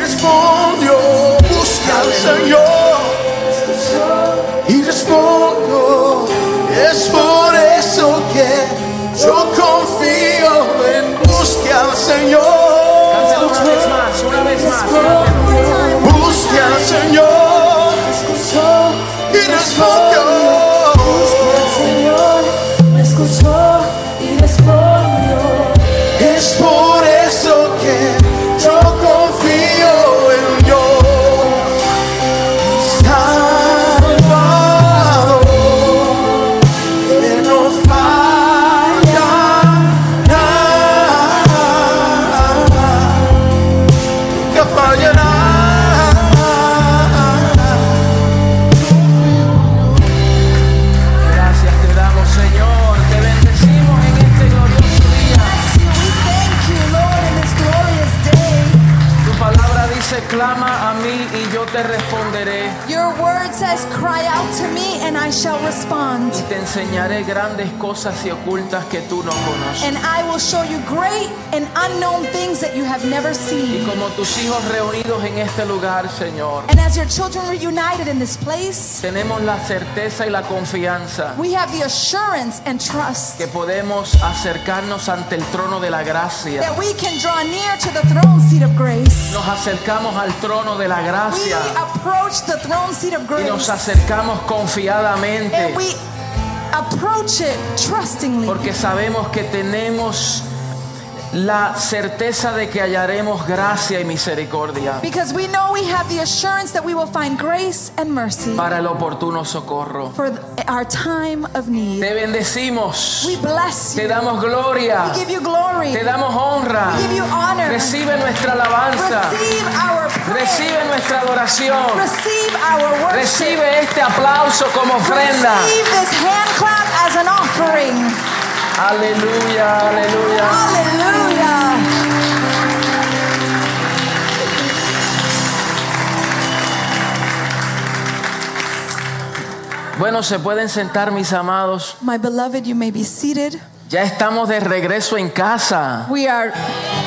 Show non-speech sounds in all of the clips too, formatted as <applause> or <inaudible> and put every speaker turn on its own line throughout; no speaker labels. respondió, busca al Señor y respondo. Es por eso que yo confío en busque al Señor.
Una vez más, una vez más.
Busque al Señor y respondió. Es por eso que yo confío en Dios. Salvador, que no falla nada, nunca fallará.
Gracias te damos, Señor. Te bendecimos en este glorioso día. Tu palabra dice, clama a mí y yo te responderé.
Your word says, Cry out to me, and I shall respond.
Te enseñaré grandes cosas y ocultas que tú no conoces.
And I will show you great and unknown things that you have never
Y
seen.
como tus hijos reunidos en este lugar, Señor,
And as your children reunited in this place,
tenemos la certeza y la confianza
we have the assurance and trust
que podemos acercarnos ante el trono de la gracia.
that we can draw near to the throne seat of grace.
Nos acercamos al trono de la
We
gracia
approach the throne seat of
y nos
grace.
acercamos confiadamente
And we approach it trustingly
porque sabemos que tenemos la certeza de que hallaremos gracia y misericordia
because we know we have the assurance that we will find grace and mercy
para el oportuno socorro.
for th- our time of need.
Te bendecimos,
We bless
te
you.
damos gloria,
We give you glory.
te damos honra.
We give you honor.
Recibe nuestra alabanza,
Receive our praise.
recibe nuestra adoración,
Receive our worship.
recibe este aplauso como ofrenda.
Receive this hand clap as an offering.
Aleluya, aleluya.
Hallelujah.
Bueno, se pueden sentar mis amados.
My beloved, you may be seated.
Ya estamos de regreso en casa.
We are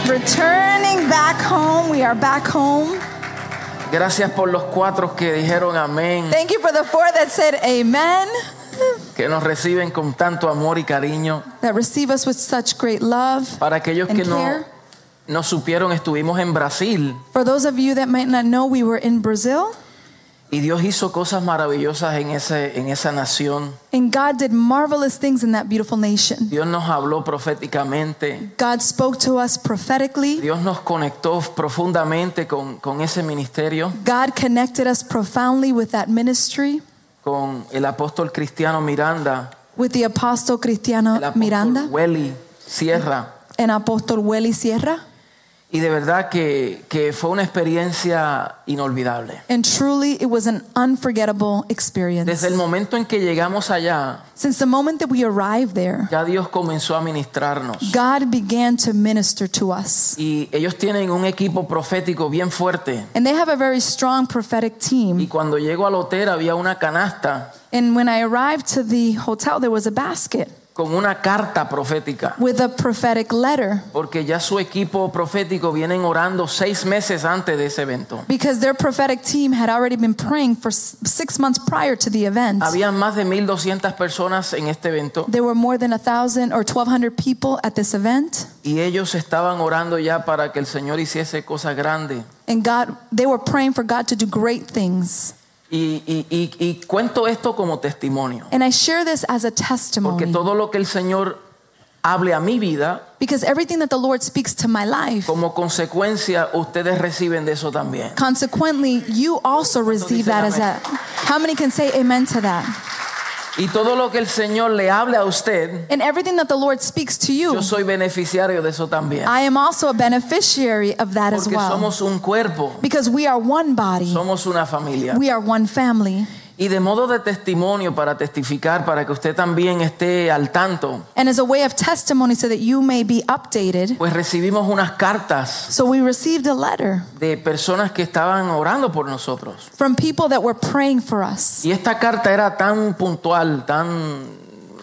returning back home. We are back home.
Gracias por los cuatro que dijeron amén,
Thank you for the four that said amen,
que nos reciben con tanto amor y cariño.
that receive us with such great love.
Para aquellos
And
que no,
care.
no supieron, estuvimos en Brasil
For those of you that might not know, we were in Brazil
y Dios hizo cosas maravillosas en, ese, en esa nación.
and God did marvelous things in that beautiful nation.
Dios nos habló proféticamente.
God spoke to us prophetically.
Dios nos conectó profundamente con, con ese ministerio,
God connected us profoundly with that ministry,
con el apóstol cristiano Miranda,
with the Apostle Cristiano
el apóstol
Ah, Miranda
Welly Sierra.
and Apostle Welly Sierra.
Y de verdad que, que fue una experiencia inolvidable.
And truly, it was an unforgettable experience.
Desde el momento en que llegamos allá,
Since the moment that we arrived there,
ya Dios comenzó a ministrarnos.
God began to minister to us.
Y ellos tienen un equipo profético bien fuerte.
And they have a very strong prophetic
Y
team.
cuando llego al hotel había una canasta
And when I arrived to the hotel, there was a basket
con una carta profética.
with a prophetic letter
Porque ya su equipo profético vienen orando seis meses antes de ese evento.
because their prophetic team had already been praying for s- six months prior to the event.
Había más de 1.200 personas en este evento
There were more than a 1,000 or 1,200 people at this event.
y ellos estaban orando ya para que el Señor hiciese cosas grandes.
And God, they were praying for God to do great things.
Y, y- y- y cuento esto como testimonio.
And I share this as a
Porque
testimony
todo lo que el Señor hable a mi vida,
because everything that the Lord speaks to my life,
como consecuencia ustedes reciben de eso también.
consequently, you also receive that as a. How many can say amen to that?
Y todo lo que el Señor le hable a usted,
And everything that the Lord speaks to you,
yo soy beneficiario de eso también.
I am also a beneficiary of that as
Porque
well.
somos un cuerpo,
Because we are one body,
somos una familia.
we are one family.
Y de modo de testimonio para testificar, para que usted también esté al tanto,
And as a way of testimony, so that you may be updated,
pues recibimos unas cartas
so we received a letter
de personas que estaban orando por nosotros.
from people that were praying for us.
Y esta carta era tan puntual, tan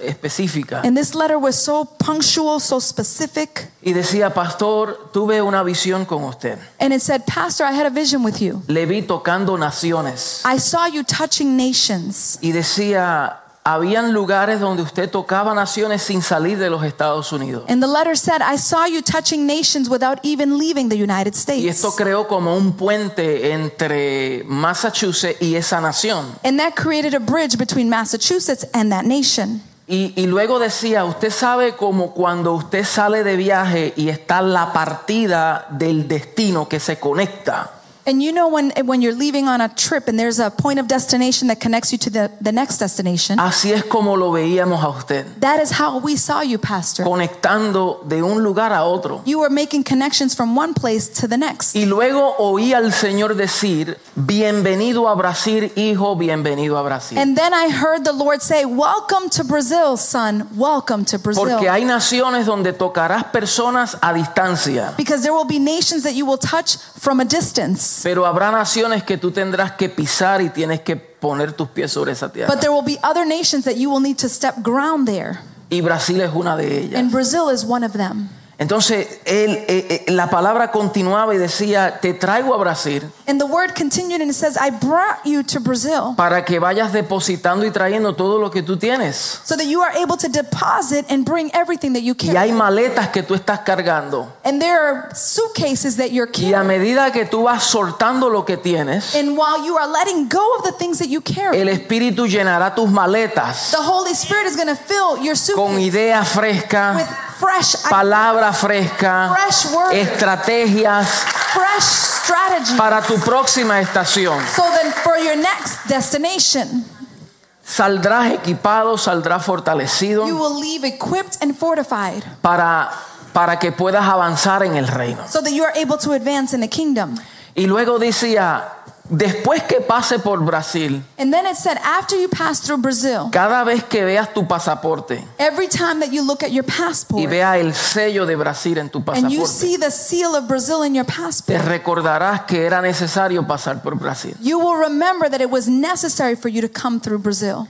específica.
And this letter was so punctual, so specific.
Y decía, pastor, tuve una visión con usted.
And it said, Pastor, I had a vision with you.
Le vi tocando naciones.
I saw you touching nations.
Y decía, habían lugares donde usted tocaba naciones sin salir de los Estados Unidos.
And the letter said, I saw you touching nations without even leaving the United
Y
States.
esto creó como un puente entre Massachusetts y esa nación.
And that created a bridge between Massachusetts and that nation.
Y, y luego decía, usted sabe como cuando usted sale de viaje y está la partida del destino que se conecta.
And you know when when you're leaving on a trip and there's a point of destination that connects you to the, the next destination.
Así es como lo veíamos a usted,
That is how we saw you, Pastor.
conectando de un lugar a otro.
You were making connections from one place to the next.
Y luego oí al Señor decir, bienvenido a Brasil, hijo, bienvenido a Brasil.
And then I heard the Lord say, Welcome to Brazil, son. Welcome to
Porque
Brazil.
hay naciones donde tocarás personas a distancia,
Because there will be nations that you will touch from a distance.
pero habrá naciones que tú tendrás que pisar y tienes que poner tus pies sobre esa tierra.
But there will be other nations that you will need to step ground there.
Y Brasil es una de ellas.
And Brazil is one of them.
Entonces, él, eh, eh, la palabra continuaba y decía, te traigo a Brasil
And the word continued and it says, I brought you to Brazil
para que vayas depositando y trayendo todo lo que tú tienes.
so that you are able to deposit and bring everything that you
Y hay
carry.
maletas que tú estás cargando.
And there are suitcases that you're
Y a
carrying.
medida que tú vas soltando lo que tienes,
And while you are letting go of the things that you carry,
el Espíritu llenará tus maletas
The Holy Spirit is going to fill your
con
suitcase
ideas
with
frescas,
fresh,
palabras frescas,
fresh
Eh.
words,
estrategias
fresh strategy.
para tu próxima estación.
So then, for your next destination,
Saldrás equipado, saldrás
you
fortalecido
will leave equipped and fortified,
para, para que puedas avanzar en el reino.
so that you are able to advance in the kingdom.
Y luego decía, después que pase por Brasil,
And then it said, after you pass through Brazil,
cada vez que veas tu pasaporte
every time that you look at your
y
passport
veas el sello de Brasil en tu
and you
pasaporte,
see the seal of Brazil in your
te
passport,
recordarás que era necesario pasar por Brasil.
you will remember that it was necessary for you to come through Brazil.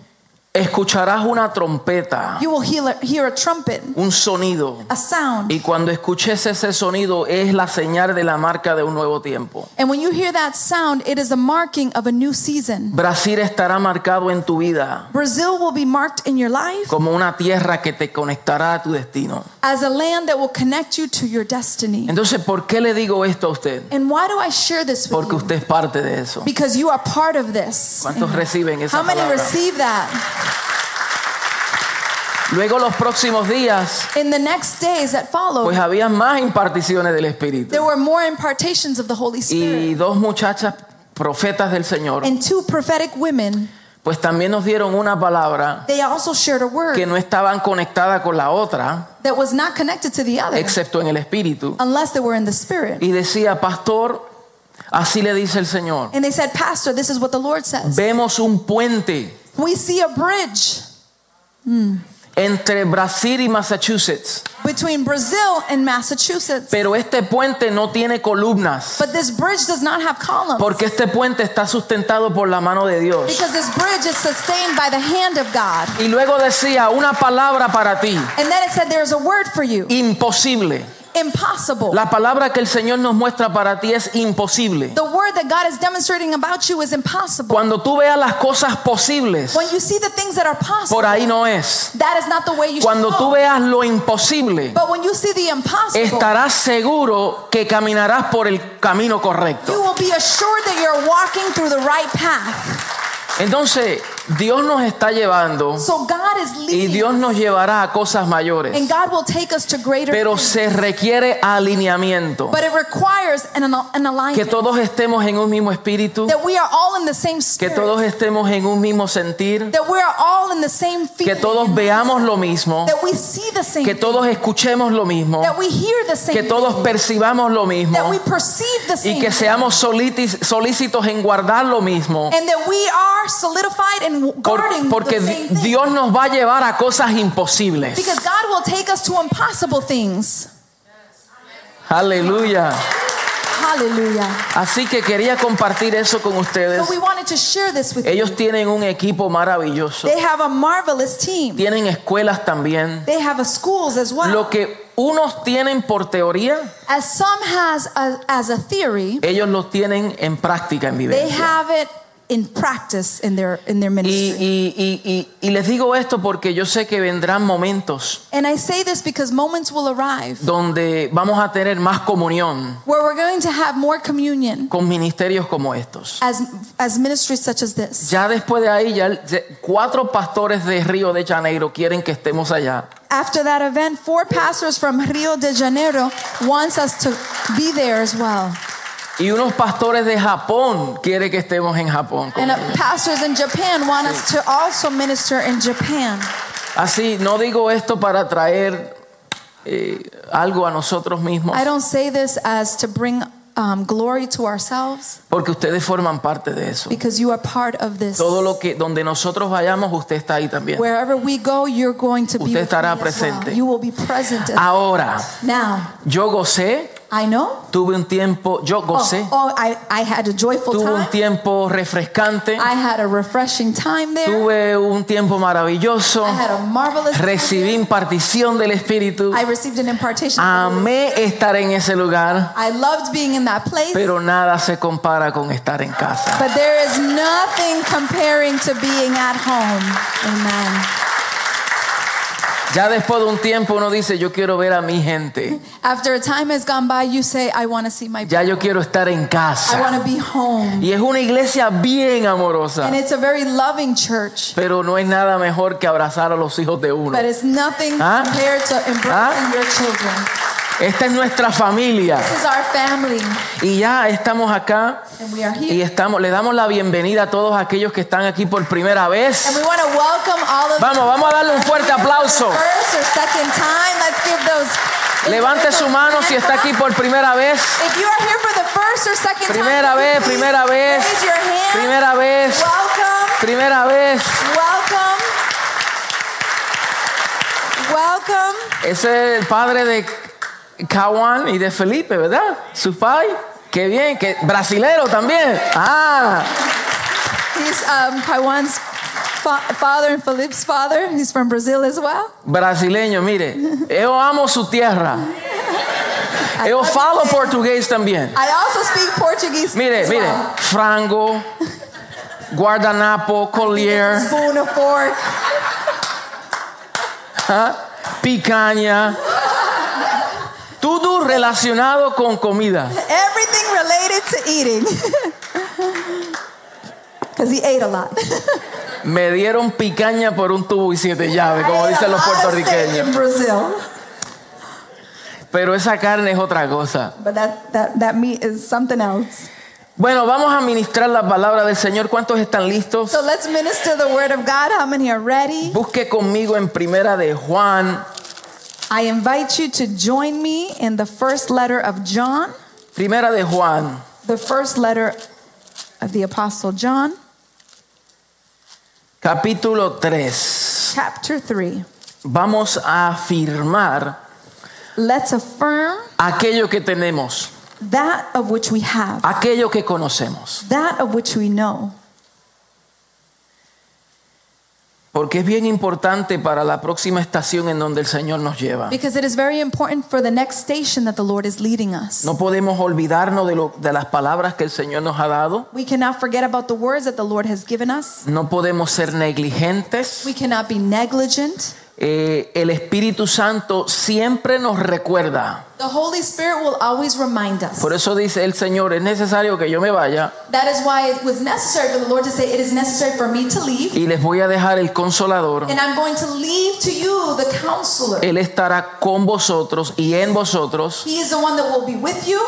Escucharás una trompeta,
You will hear, hear a trumpet,
un sonido.
a sound.
Y cuando escuches ese sonido es la señal de la marca de un nuevo tiempo.
And when you hear that sound, it is a marking of a new season.
Brasil estará marcado en tu vida
Brazil will be marked in your life
como una tierra que te conectará a tu destino.
as a land that will connect you to your destiny.
Entonces, ¿por qué le digo esto a usted?
And why do I share this with
Porque
you?
usted es parte de eso.
Because you are part of this.
¿Cuántos reciben esa
How many
palabra?
receive that?
Luego los próximos días,
In the next days that
pues
followed,
había más imparticiones del Espíritu.
there were more impartations of the Holy Spirit.
Y dos muchachas profetas del Señor,
And two prophetic women,
pues también nos dieron una palabra
they also shared a
que
word
no estaban conectadas con la otra,
that was not connected to the other
excepto en el Espíritu.
unless they were in the Spirit.
Y decía, pastor, así le dice el Señor,
And they said, Pastor, this is what the Lord says.
vemos un puente
We see a bridge
entre Brasil y Massachusetts,
between Brazil and Massachusetts.
pero este puente no tiene columnas,
But this bridge does not have columns
porque este puente está sustentado por la mano de Dios.
because this bridge is sustained by the hand of God.
Y luego decía, una palabra para ti,
And then it said, There is a word for you
imposible.
impossible.
La palabra que el Señor nos muestra para ti es imposible.
the word that God is demonstrating about you is impossible.
Cuando tú veas las cosas posibles,
When you see the things that are
por
possible,
ahí no es.
that is not the way you
Cuando
should
tú
go.
veas lo imposible,
But when you see the impossible,
estarás seguro que caminarás por el camino
you
correcto.
will be assured that you're walking through the right path.
Entonces, Dios nos está llevando
So God is
y
leading
Dios nos llevará a cosas
and
mayores.
God will take us to greater
Pero
things.
se requiere alineamiento.
But it requires an, an
Que
alignment
todos estemos en un mismo espíritu,
that we are all in the same
que
spirit.
todos estemos en un mismo sentir,
that we are all in the same
que
feeling,
todos veamos lo mismo,
that we see the same,
que todos escuchemos lo mismo,
that we hear the same,
que todos percibamos lo
that
mismo
we perceive the
y
same,
que seamos solitis- solícitos en guardar lo mismo.
and that we are solidified and
Por-
guarding
porque
the
di-
same thing.
Dios nos va a llevar a cosas imposibles.
because God will take us to impossible things.
Aleluya.
Hallelujah.
Así que quería compartir eso con ustedes.
So we wanted to share this with you.
Ellos tienen un equipo maravilloso.
They have a marvelous team.
Tienen escuelas también.
They have a schools as well.
Lo que unos tienen por teoría,
As some has a, as a theory,
ellos lo tienen en práctica, en
they
vivencia.
have it in practice in their in their
Y,
ministry.
y- y- y- y les digo esto porque yo sé que vendrán momentos
And I say this because moments will arrive
donde vamos a tener más comunión
where we're going to have more communion
con ministerios como estos.
as as ministries such as this.
Ya después de ahí, ya el- ya- cuatro pastores de Río de Janeiro quieren que estemos allá.
After that event, four pastors from Rio de Janeiro wants us to be there as well.
Y unos pastores de Japón quieren que estemos en Japón. con
And uh,
ellos.
pastors in Japan want us to also minister in Japan.
Así, no digo esto para traer eh, algo a nosotros mismos,
I don't say this as to bring um, glory to ourselves
porque ustedes forman parte de eso.
because you are part of this.
Todo lo que donde nosotros vayamos, usted está ahí también.
Wherever we go, you're going to be
Usted
with
estará
me as well.
presente. Ah.
You will be present. as-
Ahora,
now,
yo gocé,
I know.
tuve un tiempo, yo gocé,
Oh, oh, I, I had a joyful
tuve un
time.
tiempo refrescante,
I had a refreshing time there.
tuve un tiempo maravilloso,
I had a marvelous time
recibí
there.
impartición del Espíritu,
I received an impartation. of the Lord.
amé estar en ese lugar,
I loved being in that place.
pero nada se compara con estar en casa.
But there is nothing comparing to being at home. Amen.
Ya después de un tiempo uno dice, yo quiero ver a mi gente,
After a time has gone by, you say, I want to see my
ya yo quiero estar en
I
casa.
want to be home.
Y es una iglesia bien amorosa,
And it's a very loving church.
pero no es nada mejor que abrazar a los hijos de uno.
But it's nothing
Huh?
compared to embracing
Huh?
your children.
Esta es nuestra familia.
This is our family,
Y ya estamos acá
and we are
y
here.
estamos, le damos la bienvenida a todos aquellos que están aquí por primera
And
vez.
we want to welcome all of
Vamos, vamos a darle un fuerte aplauso.
First or second time, let's give those.
Levante su mano si está aquí por primera vez.
If you are here for the first or second
Primera
time,
vez,
please
primera vez,
raise your hand.
Primera vez,
Welcome,
primera vez.
welcome, welcome.
Ese es el padre de Kawan y de Felipe, ¿verdad? Su pai. Qué bien, que brasilero también. Ah,
He's um, Kaiwan's fa- father and Philip's father. He's from Brazil as well.
brasileño, mire. Yo amo su tierra.
I
Yo
love
falo
it.
portugués también.
I also speak Portuguese.
Mire,
as
mire,
well.
frango, guardanapo, collier,
Spoon, a fork,
picaña. Todo relacionado con comida.
everything related to eating. <laughs> Because he ate a lot.
Me dieron picaña por un tubo y siete
<laughs> I
llaves, como
ate a
dicen los
lot of steak
puertorriqueños.
In Brazil.
Pero esa carne es otra cosa.
But that, that, that meat is something else.
Bueno, vamos a ministrar la palabra del Señor. ¿Cuántos están listos?
So let's minister the word of God. How many are ready?
Busque conmigo en primera de Juan,
I invite you to join me in the first letter of John,
primera de Juan,
the first letter of the Apostle John,
capítulo 3.
chapter 3.
Vamos a afirmar
Let's affirm
aquello que tenemos.
that of which we have,
aquello que conocemos.
that of which we know.
Porque es bien importante para la próxima estación en donde el Señor nos lleva.
Because it is very important for the next station that the Lord is leading us.
No podemos olvidarnos de, lo- de las palabras que el Señor nos ha dado.
We cannot forget about the words that the Lord has given us.
No podemos ser negligentes.
We cannot be negligent.
Eh, el Espíritu Santo siempre nos recuerda.
The Holy Spirit will always remind us.
Por eso dice el Señor, es necesario que yo me vaya
That is why it was necessary for the Lord to say, It is necessary for me to leave,
y les voy a dejar el consolador.
and I'm going to leave to you the counselor.
Él estará con vosotros y en vosotros
He is the one that will be with you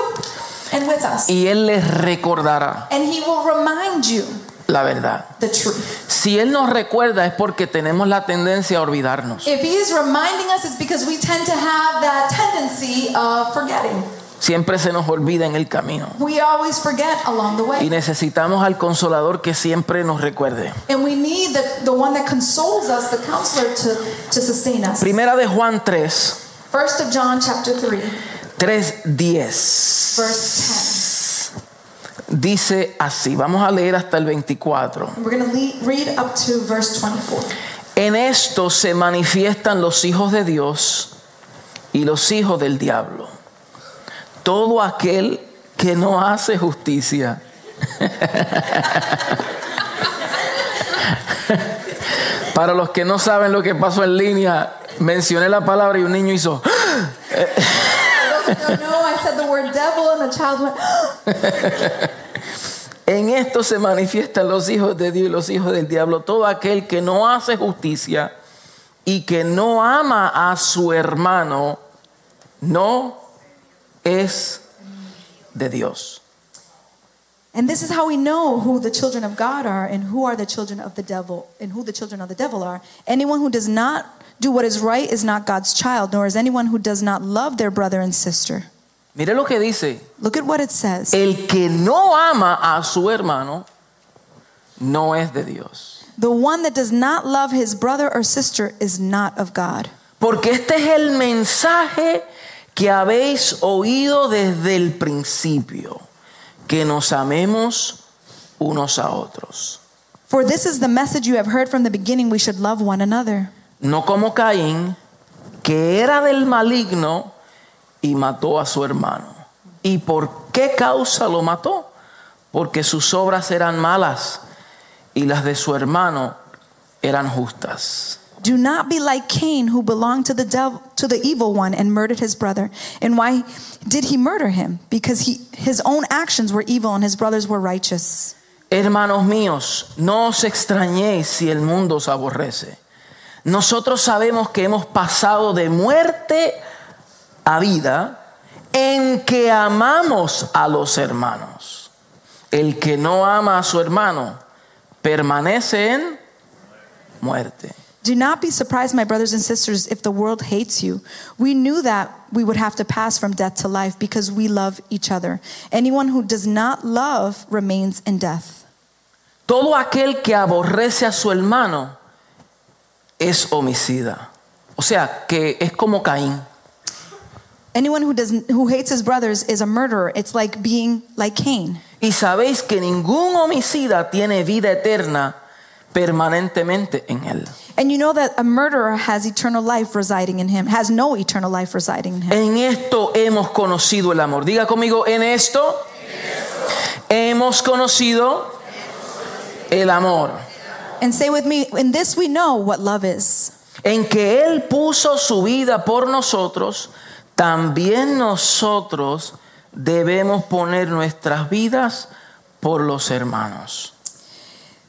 and with us,
y Él les recordará
and He will remind you
la verdad.
the truth.
Si Él nos recuerda es porque tenemos la tendencia a olvidarnos.
If He is reminding us, it's because we tend to have that tendency of forgetting.
Siempre se nos olvida en el camino.
We always forget along the
Y
way.
necesitamos al consolador que siempre nos recuerde.
And we need the, the one that consoles us, the counselor, to, to sustain us.
Primera de Juan 3,
First of John chapter 3,
3, 10.
verse
dice así, vamos a leer hasta el 24.
We're going to le- read up to verse 24.
En esto se manifiestan los hijos de Dios y los hijos del diablo. Todo aquel que no hace justicia. <laughs> Para los que no saben lo que pasó en línea, mencioné la palabra y un niño hizo...
For those who don't know, I said the word devil, and the child went,
En esto se manifiestan los hijos de Dios y los hijos del diablo. Todo aquel que no hace justicia y que no ama a su hermano, no es de Dios.
And this is how we know who the children of God are and who are the children of the devil and who the children of the devil are. Anyone who does not do what is right is not God's child, nor is anyone who does not love their brother and sister.
Mire lo que dice.
Look at what it says.
El que no ama a su hermano, no es de Dios.
The one that does not love his brother or sister is not of God.
Porque este es el mensaje que habéis oído desde el principio. Que nos amemos unos a otros.
For this is the message you have heard from the beginning we should love one another.
no como Caín, que era del maligno y mató a su hermano. ¿Y por qué causa lo mató? Porque sus obras eran malas y las de su hermano eran justas.
Do not be like Cain, who belonged to the devil, to the evil one, and murdered his brother. And why did he murder him? Because he, his own actions were evil, and his brothers were righteous.
Hermanos míos, no os extrañéis si el mundo os aborrece. Nosotros sabemos que hemos pasado de muerte a vida en que amamos a los hermanos. El que no ama a su hermano permanece en muerte.
Do not be surprised, my brothers and sisters, if the world hates you. We knew that we would have to pass from death to life because we love each other. Anyone who does not love remains in death.
Todo aquel que aborrece a su hermano es homicida. O sea, que es como Caín.
Anyone who does who hates his brothers is a murderer. It's like being like Cain.
Y sabéis que ningún homicida tiene vida eterna permanentemente en él.
And you know that a murderer has eternal life residing in him, has no eternal life residing in him.
En esto hemos conocido el amor. Diga conmigo, en esto hemos conocido el amor.
And say with me, in this we know what love is.
En que Él puso su vida por nosotros, también nosotros debemos poner nuestras vidas por los hermanos.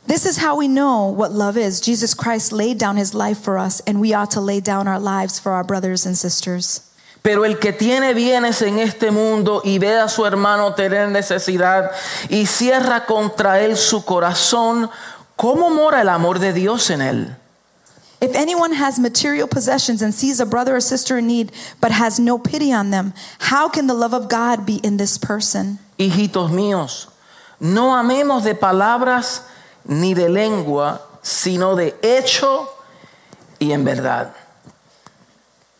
This is how we know what love is. Jesus Christ laid down his life for us, and we ought to lay down our lives for our brothers and sisters.
Pero el que tiene bienes en este mundo y ve a su hermano tener necesidad y cierra contra él su corazón, ¿cómo mora el amor de Dios en él?
If anyone has material possessions and sees a brother or sister in need, but has no pity on them, how can the love of God be in this person?
Hijitos míos, no amemos de palabras ni de lengua, sino de hecho y en verdad.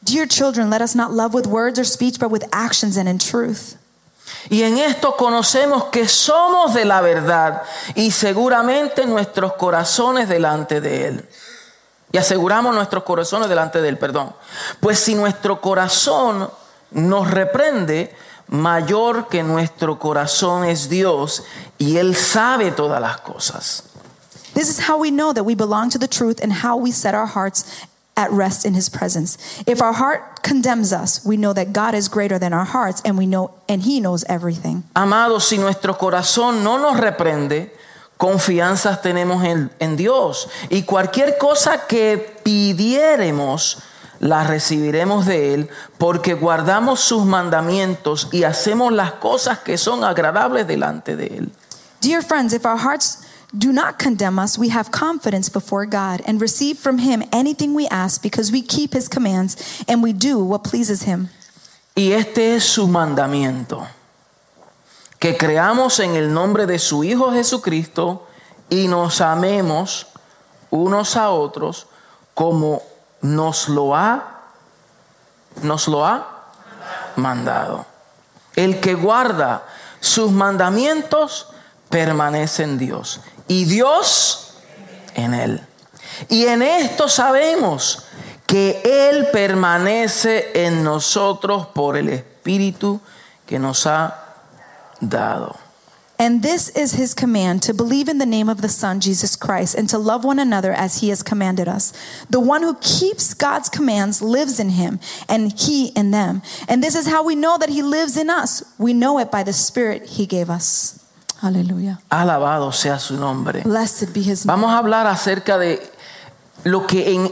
Dear children, let us not love with words or speech, but with actions and in truth.
Y en esto conocemos que somos de la verdad y seguramente nuestros corazones delante de Él. Y aseguramos nuestros corazones delante de Él, perdón. Pues si nuestro corazón nos reprende, mayor que nuestro corazón es Dios y Él sabe todas las cosas.
This is how we know that we belong to the truth and how we set our hearts at rest in his presence. If our heart condemns us, we know that God is greater than our hearts and we know and he knows everything.
Amados, si nuestro corazón no nos reprende, confianzas tenemos en, en Dios. Y cualquier cosa que pidiéremos, la recibiremos de Él, porque guardamos sus mandamientos y hacemos las cosas que son agradables delante de Él.
Dear friends, if our hearts do not condemn us, we have confidence before God and receive from him anything we ask because we keep his commands and we do what pleases him.
Y este es su mandamiento, que creamos en el nombre de su Hijo Jesucristo y nos amemos unos a otros como nos lo ha, nos lo ha mandado. El que guarda Sus mandamientos permanecen en Dios y Dios en Él. Y en esto sabemos que Él permanece en nosotros por el Espíritu que nos ha dado.
And this is his command to believe in the name of the Son, Jesus Christ, and to love one another as he has commanded us. The one who keeps God's commands lives in him, and he in them. And this is how we know that he lives in us. We know it by the Spirit he gave us. Hallelujah.
Alabado sea su nombre.
Blessed be his name.
Vamos a hablar acerca de lo que en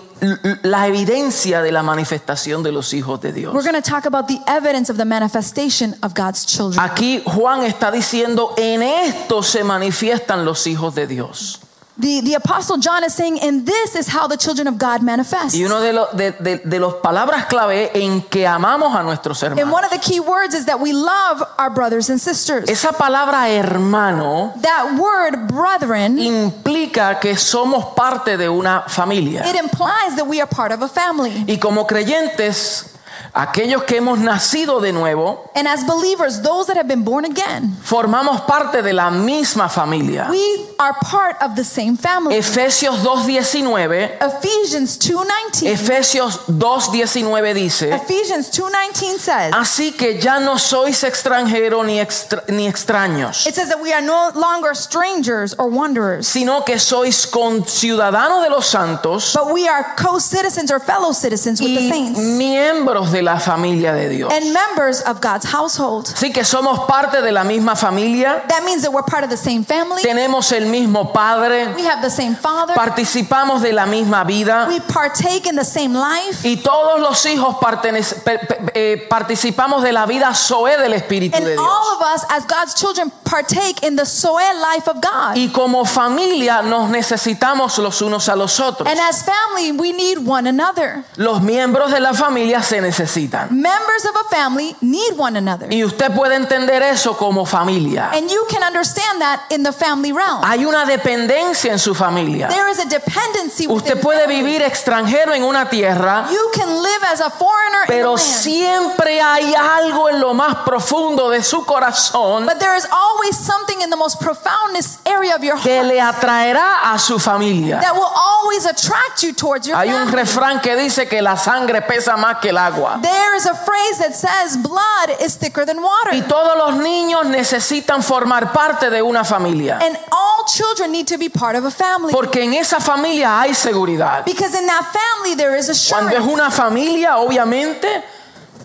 la evidencia de la manifestación de los hijos de Dios.
We're going to talk about the evidence of the manifestation of God's children.
Aquí Juan está diciendo, en esto se manifiestan los hijos de Dios.
The, the Apostle John is saying, and this is how the children of God manifest.
Y una de, los de, de- de las palabras clave en que amamos a nuestros
And
hermanos.
one of the key words is that we love our brothers and sisters.
Esa palabra hermano
that word brethren,
implica que somos parte de una familia.
it implies that we are part of a family.
Y como creyentes, aquellos que hemos nacido de nuevo,
And as believers, those that have been born again,
formamos parte de la misma familia.
we are part of the same family.
Efesios 2.19,
Ephesians 2:19.
Efesios 2.19 dice,
Ephesians 2:19 says,
así que ya no sois extranjeros ni, extra- ni extraños,
it says that we are no longer strangers or wanderers,
sino que sois conciudadanos de los santos
but we are co-citizens or fellow citizens with the
y
saints
miembros de la familia de Dios.
and members of God's household.
Así que somos parte de la misma familia,
That means that we're part of the same family.
tenemos el mismo Padre,
We have the same father.
participamos de la misma vida
We partake in the same life.
y todos los hijos pertenec- per- per- eh, participamos de la vida Zoe del Espíritu
And
de Dios.
all of us, as God's children, partake in the soil life of God.
Y como familia nos necesitamos los unos a los otros.
And as family, we need one another.
Los miembros de la familia se necesitan.
Members of a family need one another.
Y usted puede entender eso como familia.
And you can understand that in the family realm.
Hay una dependencia en su familia.
There is a dependency
Usted
within
puede
family.
vivir extranjero en una tierra,
You can live as a foreigner in the
pero
land.
siempre hay algo en lo más profundo de su corazón
But there is always something in the most profoundest area of your
que
heart
le atraerá a su familia.
that will always attract you towards your
Hay un
family.
refrán que dice que la sangre pesa más que el agua.
There is a phrase that says, blood is thicker than
Y
water.
todos los niños necesitan formar parte de una familia.
And all children need to be part of a family.
Porque en esa familia hay seguridad.
Because in that family there is
Cuando es
assurance.
una familia, obviamente,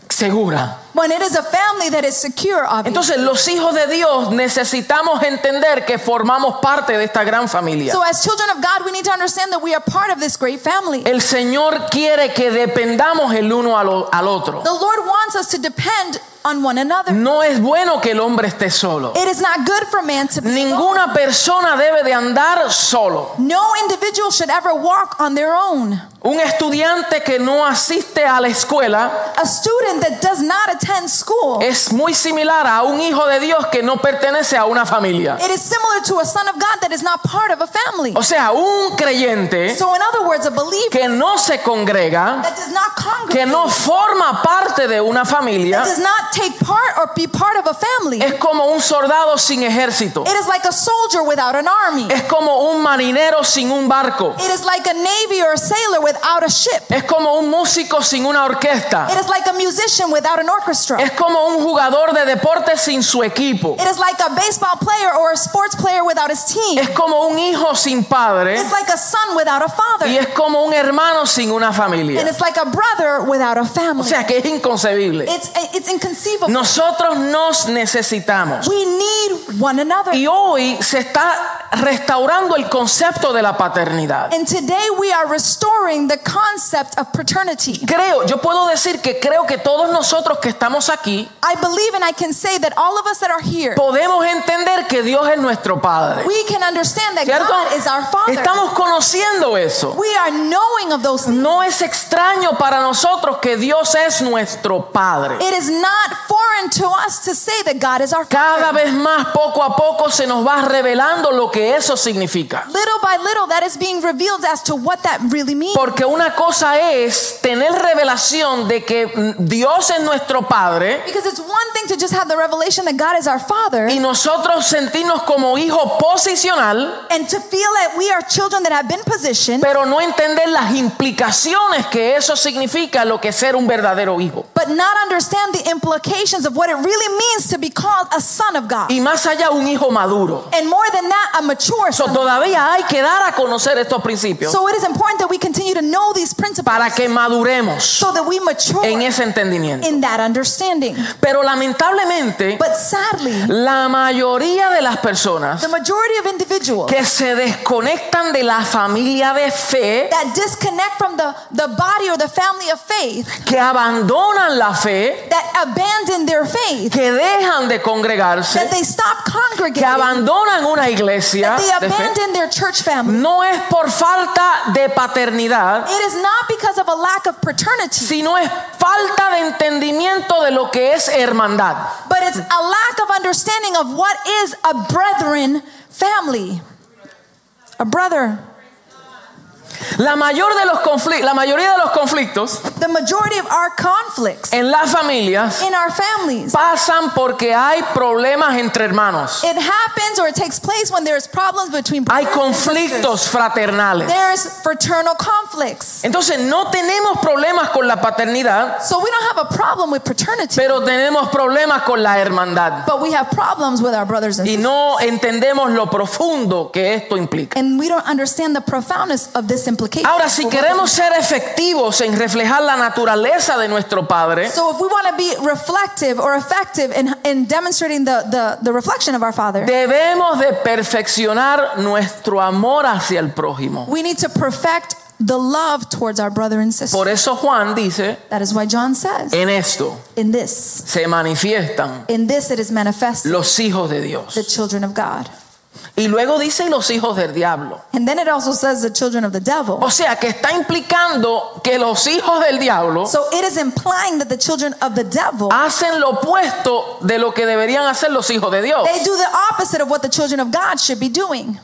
segura.
When it is a family that is secure, obviously.
Entonces los hijos de Dios necesitamos entender que formamos parte de esta gran familia.
So as children of God, we need to understand that we are part of this great family.
El Señor quiere que dependamos el uno a lo- al otro.
The Lord wants us to depend on one another.
No es bueno que el hombre esté solo.
It is not good for man to be alone.
Ninguna persona debe de andar solo.
No individual should ever walk on their own.
Un estudiante que no asiste a la escuela
A student that does not attend school,
es muy similar a un hijo de Dios que no pertenece a una familia.
it is similar to a son of God that is not part of a family.
O sea, un creyente
So in other words, a believer
que no se congrega,
that does not
que
congregate,
no forma parte de una
that
familia,
does not take part or be part of a family,
es como un soldado sin ejército.
it is like a soldier without an army.
Es como un marinero sin un barco.
It is like a navy or a sailor without a ship.
Es como un músico sin una orquesta.
It is like a musician without an orchestra.
Es como un jugador de deporte sin su equipo.
It is like a baseball player or a sports player without his team.
Es como un hijo sin padre.
It's like a son without a father.
Y es como un hermano sin una
And
familia.
it's like a brother without a
O
family.
sea que es inconcebible.
It's, it's inconceivable.
Nosotros nos necesitamos.
We need one another.
Y hoy se está restaurando el concepto de la paternidad.
And today we are restoring the concept of paternity.
Creo, yo puedo decir que creo que todos nosotros que estamos aquí
I believe and I can say that all of us that are here,
podemos entender que Dios es nuestro Padre.
we can understand that
¿Cierto?
God is our Father.
Estamos conociendo eso.
we are knowing of those things.
No es extraño para nosotros que Dios es nuestro Padre.
It is not foreign to us to say that God is our
Cada
Father.
vez más, poco a poco, se nos va revelando lo que eso significa.
Little by little, that is being revealed as to what that really means.
Porque una cosa es tener revelación de que mm, Dios es nuestro Padre
Because it's one thing to just have the revelation that God is our Father
y nosotros sentirnos como hijo posicional,
and to feel that we are children that have been positioned,
pero no entender las implicaciones que eso significa lo que es ser un verdadero hijo.
but not understand the implications of what it really means to be called a son of God.
Y más allá, un hijo maduro.
And more than that, a mature
So,
son.
todavía hay que dar a conocer estos principios
So it is important that we continue to know these
para
principles
que maduremos
so that we mature
en ese entendimiento.
in that understanding.
eh, Pero lamentablemente,
But sadly,
la mayoría de las personas
the majority of individuals
que se desconectan de la familia de fe,
that disconnect from the, the body or the family of faith,
que abandonan la fe,
that abandon their faith,
que dejan de
that
congregarse,
they stop
que
congregating,
abandonan una iglesia,
they
de fe,
abandon their church family.
no es por falta de paternidad,
It is not because of a lack of paternity,
sino es falta de entendimiento de lo que es hermandad.
but it's a lack of understanding of what is a brethren family. A brother.
La, mayor de los confli- la mayoría de los conflictos
The majority of our conflicts
en las familias
in our families,
pasan porque hay problemas entre hermanos.
it happens or it takes place when there's problems between
Hay
brothers and sisters.
conflictos fraternales.
There's fraternal conflicts.
Entonces no tenemos problemas con la paternidad,
So we don't have a problem with paternity,
pero tenemos problemas con la hermandad.
but we have problems with our brothers and
Y
sisters.
no entendemos lo profundo que esto implica.
And we don't understand the profoundness of this implication.
Ahora, si queremos ser efectivos en reflejar la naturaleza de nuestro Padre,
So if we want to be reflective or effective in, in demonstrating the, the, the reflection of our Father,
debemos de perfeccionar nuestro amor hacia el prójimo.
we need to perfect the love towards our brother and sister.
Por e- Eh. eso Juan dice,
That is why John says,
en esto
in this,
se manifiestan
in this it is manifested,
los hijos de
the
Dios.
children of God.
Y luego dice "Y los hijos del diablo.
And then it also says the children of the devil.
O sea, que está implicando que los hijos del diablo
So it is implying that the children of the devil,
hacen lo opuesto de lo que deberían hacer los hijos de Dios.
they do the opposite of what the children of God should be doing.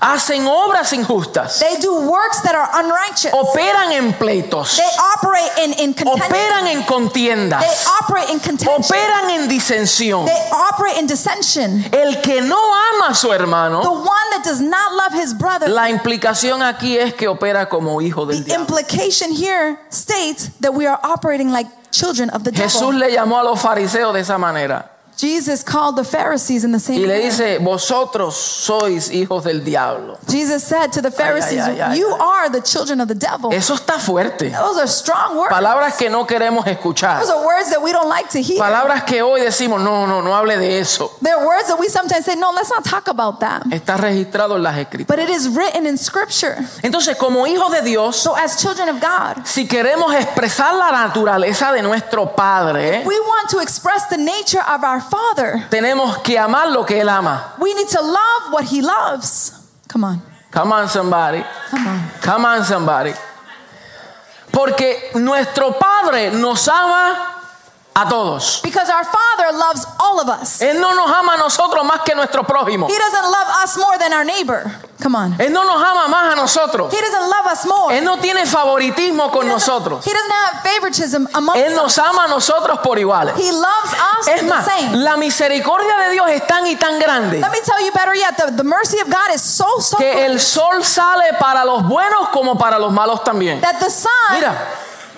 Hacen obras injustas,
They do works that are unrighteous.
operan en pleitos,
They operate in, in contention.
operan en
They
contiendas,
operate in contention.
operan en disensión.
They operate in dissension.
El que no ama a su
The
hermano,
one that does not love his brother,
la implicación aquí es que opera como hijo del
the
diablo.
implication here states that we are operating like children of the devil.
Jesús le llamó a los fariseos de esa manera
Jesus called the Pharisees in the
y
same
le
way.
dice, vosotros sois hijos del diablo.
Jesus said to the Pharisees,
ay, ay,
You are the children of the devil.
Eso está fuerte.
Those are strong words.
Palabras que no queremos escuchar.
Those are words that we don't like to hear.
Palabras que hoy decimos, no, no, no hable de eso.
They're words that we sometimes say, No, let's not talk about that.
está registrado en las escrituras.
But it is written in Scripture.
Entonces, como hijos de Dios,
So, as children of God,
si queremos expresar la naturaleza de nuestro Padre,
we want to express the nature of our Father.
tenemos que amar lo que Él ama.
We need to love what He loves. Come on.
Come on, somebody.
Come on.
Come on, somebody. Porque nuestro Padre nos ama a todos.
Because our Father loves all of us.
Él no nos ama a nosotros más que nuestro prójimo.
He doesn't love us more than our neighbor. Come on.
Él no nos ama más a nosotros.
He doesn't love us more.
Él no tiene favoritismo con
he, doesn't,
nosotros.
he doesn't have favoritism among
Él
us.
nos ama a nosotros por iguales.
He loves us
Es
the
más,
same.
la misericordia de Dios es tan y tan grande
Let me tell you better yet, the, the mercy of God is so, so
que
great
el sol sale para los buenos como para los malos también.
that the sun
Mira,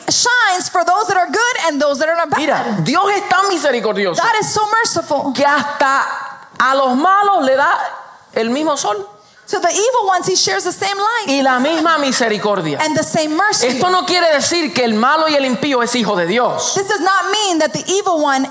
shines for those that are good and those that are bad.
mira, Dios es tan misericordioso
God is so merciful.
que hasta a los malos le da el mismo sol
To the evil ones, He shares the same light
y la misma misericordia.
and the same mercy.
Esto no quiere decir que el malo y el impío es hijo de Dios,
This does not mean that the evil one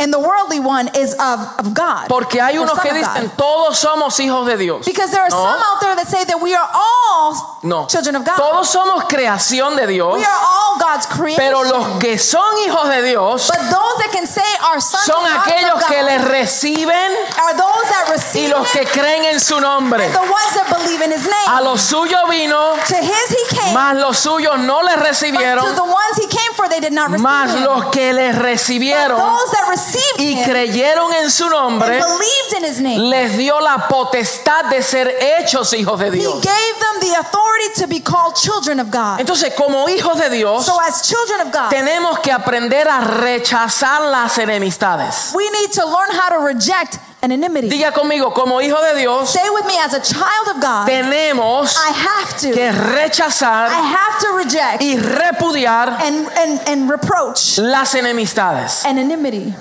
and the worldly one is of, of God.
porque hay
or
unos
son
que
of God.
dicen todos somos hijos de Dios.
Because there are
No.
some out there that say that we are all
No,
children of God.
todos somos creación de Dios,
we are all God's creation.
pero los que son hijos de Dios
but those that can say are sons
son
and daughters of
aquellos
God
que les reciben
are those that
y los que creen en su nombre.
and the ones that believe in his
A
name.
los suyos vino,
To his he came,
mas los suyos no le
but to
recibieron,
the ones he came for they did not receive
mas
him.
los que le
But
recibieron
those that received
y
him
creyeron en su nombre,
and believed in his name,
les dio la potestad de ser hechos hijos de
he
Dios.
gave them the authority to be called children of God.
Entonces, como hijos de Dios,
So as children of God,
tenemos que aprender a rechazar las enemistades.
we need to learn how to reject an enmity.
Diga conmigo, como hijo de Dios,
Say with me, as a child of God,
tenemos
I have to,
que rechazar
I have to reject
y repudiar
and and and reproach
las enemistades.
an enmity.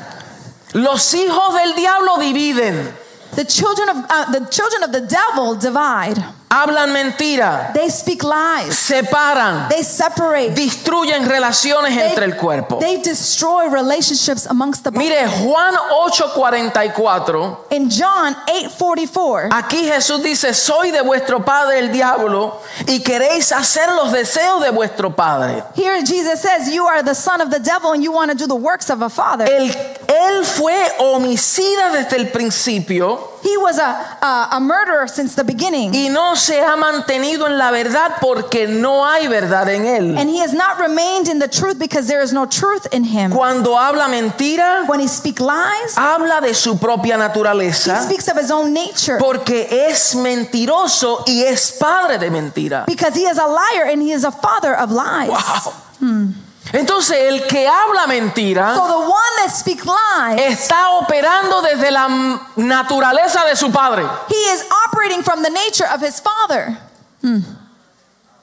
Los hijos del diablo dividen,
The children of uh, the children of the devil divide.
hablan mentira,
They speak lies.
separan,
They separate.
destruyen relaciones
They,
entre el cuerpo.
they destroy relationships amongst the body.
Mire, Juan 8:44,
In John 8:44,
aquí Jesús dice, soy de vuestro padre el diablo y queréis hacer los deseos de vuestro padre.
here Jesus says, "You are the son of the devil, and you want to do the works of a father."
Él, él fue homicida desde el principio
He was a a, a murderer since the beginning,
y no se ha mantenido en la verdad porque no hay verdad en él.
and he has not remained in the truth because there is no truth in him.
Cuando habla mentira,
When he speaks lies,
habla de su propia
he
naturaleza
speaks of his own nature
porque es mentiroso y es padre de mentira.
because he is a liar and he is a father of lies.
Wow. Entonces el que habla
Hmm. So
mentira
the one that speaks lies,
está operando desde la m- naturaleza de su padre.
he is operating from the nature of his father.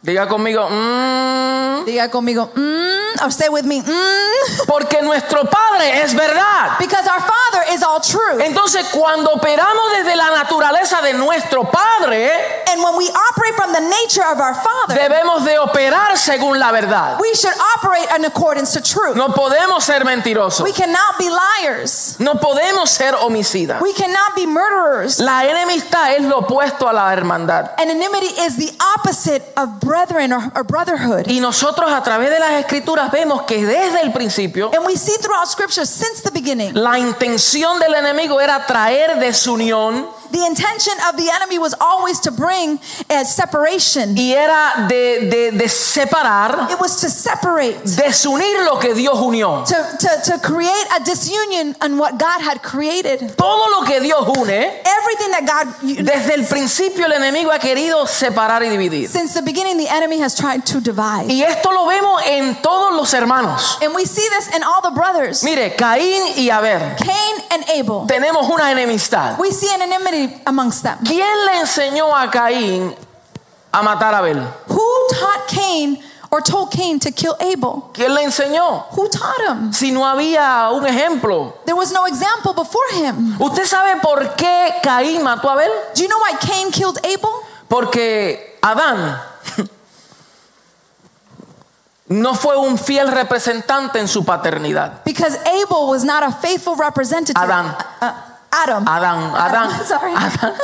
Diga conmigo, mm,
Diga conmigo, mm, or say with me, mm,
porque nuestro padre es verdad.
because our father is all true.
Entonces cuando operamos desde la naturaleza de nuestro padre,
And when we operate from the nature of our father,
debemos de operar según la verdad.
we should operate in accordance to truth.
No podemos ser
We
mentirosos.
cannot be liars.
No podemos ser homicidas.
We cannot be murderers.
La enemistad es lo opuesto a la hermandad.
And enmity is the opposite of brethren or, or brotherhood.
Y nosotros a través de las escrituras vemos que desde el principio
And we see throughout scripture since the beginning,
la intención del enemigo era traer desunión
the intention of the enemy was always to bring uh, separation.
y era de, de- de separar,
It was to separate,
desunir lo que Dios unió.
to, to, to create a disunion on what God had created.
Todo lo que Dios une,
Everything that God, you-
desde el principio el enemigo ha querido separar y dividir.
since the beginning, the enemy has tried to divide.
Y esto lo vemos en todos los hermanos.
And we see this in all the brothers,
Mire, Caín y Abel,
Cain and Abel.
tenemos una enemistad.
We see an enmity amongst them.
¿Quién le enseñó a Caín a matar a Abel?
Who taught Cain or told Cain to kill Abel?
¿Quién le enseñó?
Who taught him?
Si no había un ejemplo.
There was no example before him.
¿Usted sabe por qué Caín mató a Abel?
Do you know why Cain killed Abel?
Porque Adán <laughs> no fue un fiel representante en su paternidad.
Because Abel was not a faithful representative.
Adam.
Uh, uh, Adam. <laughs>
Adán, Adán,
Sorry. <laughs>
Adán,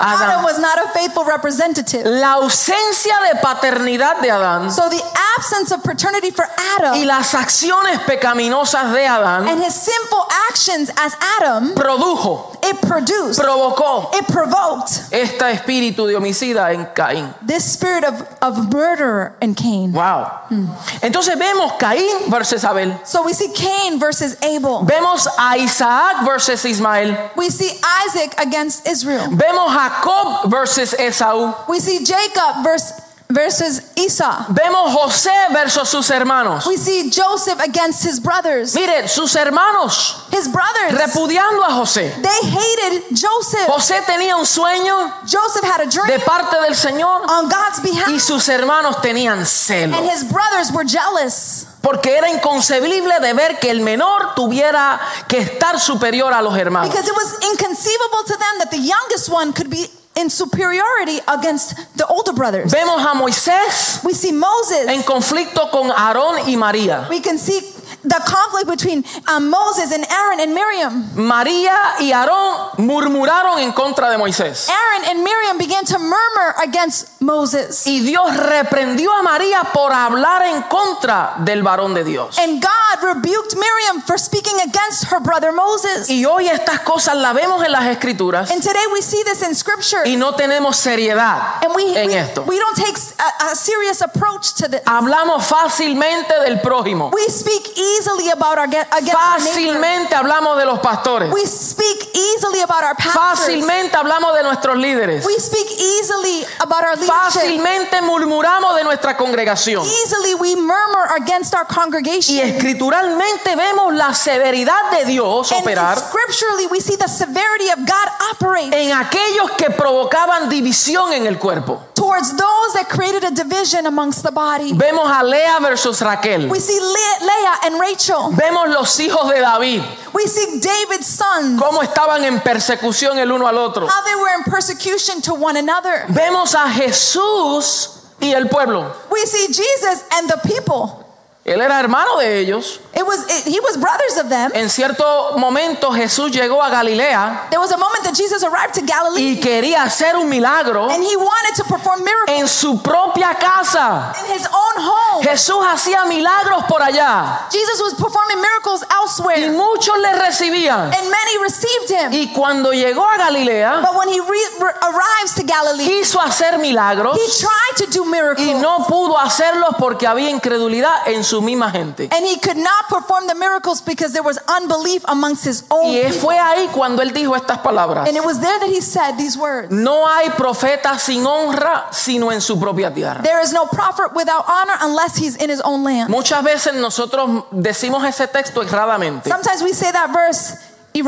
Adam
Adán.
was not a faithful representative.
La ausencia de paternidad de Adán
So the absence of paternity for
y
Adam
las acciones pecaminosas de Adán
and his sinful actions as Adam,
produjo,
it produced,
provocó
it provoked
este espíritu de homicida en Caín.
this spirit of, of murder in Cain.
Wow.
Hmm.
Entonces vemos Caín versus Abel.
So we see Cain versus Abel.
Vemos a Isaac versus Ismael.
We see Isaac against Israel.
Vemos a Jacob versus Esaú.
We see Jacob versus, versus Esau.
Vemos José versus sus hermanos.
We see Joseph against his brothers.
Mire, sus hermanos
His brothers,
repudiando a José.
they hated Joseph.
José tenía un sueño
Joseph had a
de
dream
parte del Señor
on God's
y
behalf,
sus hermanos tenían celo.
and his brothers were jealous
Porque era inconcebible de ver que el menor tuviera que estar superior a los hermanos.
because it was inconceivable to them that the youngest one could be in superiority against the older brothers.
Vemos a Moisés
We see
en
Moses.
conflicto con Aarón y María.
We can see the conflict between um, Moses and Aaron and Miriam.
María y Aarón murmuraron en contra de Moisés.
Aaron and Miriam began to murmur against Moses.
E- Y Dios reprendió a María por hablar en contra del varón de Dios.
And God God rebuked Miriam for speaking against her brother Moses.
Y hoy estas cosas las vemos en las escrituras
And today we see this in scripture.
y no tenemos seriedad
And we, we,
en esto.
we don't take a, a serious approach to this.
Hablamos fácilmente del prójimo.
We speak easily about our get, against our neighbor.
Fácilmente hablamos de los pastores.
We speak easily about our pastors.
Fácilmente hablamos de nuestros líderes.
We speak easily about our leadership.
Fácilmente murmuramos de nuestra congregación.
Easily we murmur against our
Y
congregation.
escrituralmente vemos la severidad de Dios operar
And scripturally we see the severity of God operate
en aquellos que provocaban división en el cuerpo.
towards those that created a division amongst the body.
Vemos a Lea versus Raquel.
We see Le- Leah and Rachel.
Vemos los hijos de David,
We see David's sons.
cómo estaban en persecución el uno al otro.
How they were in persecution to one another.
Vemos a Jesús y el pueblo.
We see Jesus and the people.
Él era hermano de ellos.
It was it, he was brothers of them.
En cierto momento Jesús llegó a Galilea
There was a moment that Jesus arrived to Galilee
y quería hacer un milagro
and he wanted to perform miracles
en su propia casa.
in his own home.
Jesús hacía milagros por allá
Jesus was performing miracles
y
elsewhere
muchos le recibían.
and many received him.
Y cuando llegó a Galilea,
But when he re- re- arrives to Galilee,
quiso hacer milagros
he tried to do miracles
y no pudo hacerlos porque había incredulidad en su misma gente.
and he could not perform the miracles because there was unbelief amongst his own.
Y
people.
fue ahí cuando él dijo estas palabras.
And it was there that he said these words.
No hay profeta sin honra sino en su propia tierra.
There is no prophet without honor unless he's in his own land.
Muchas veces nosotros decimos ese texto erradamente.
Sometimes we say that verse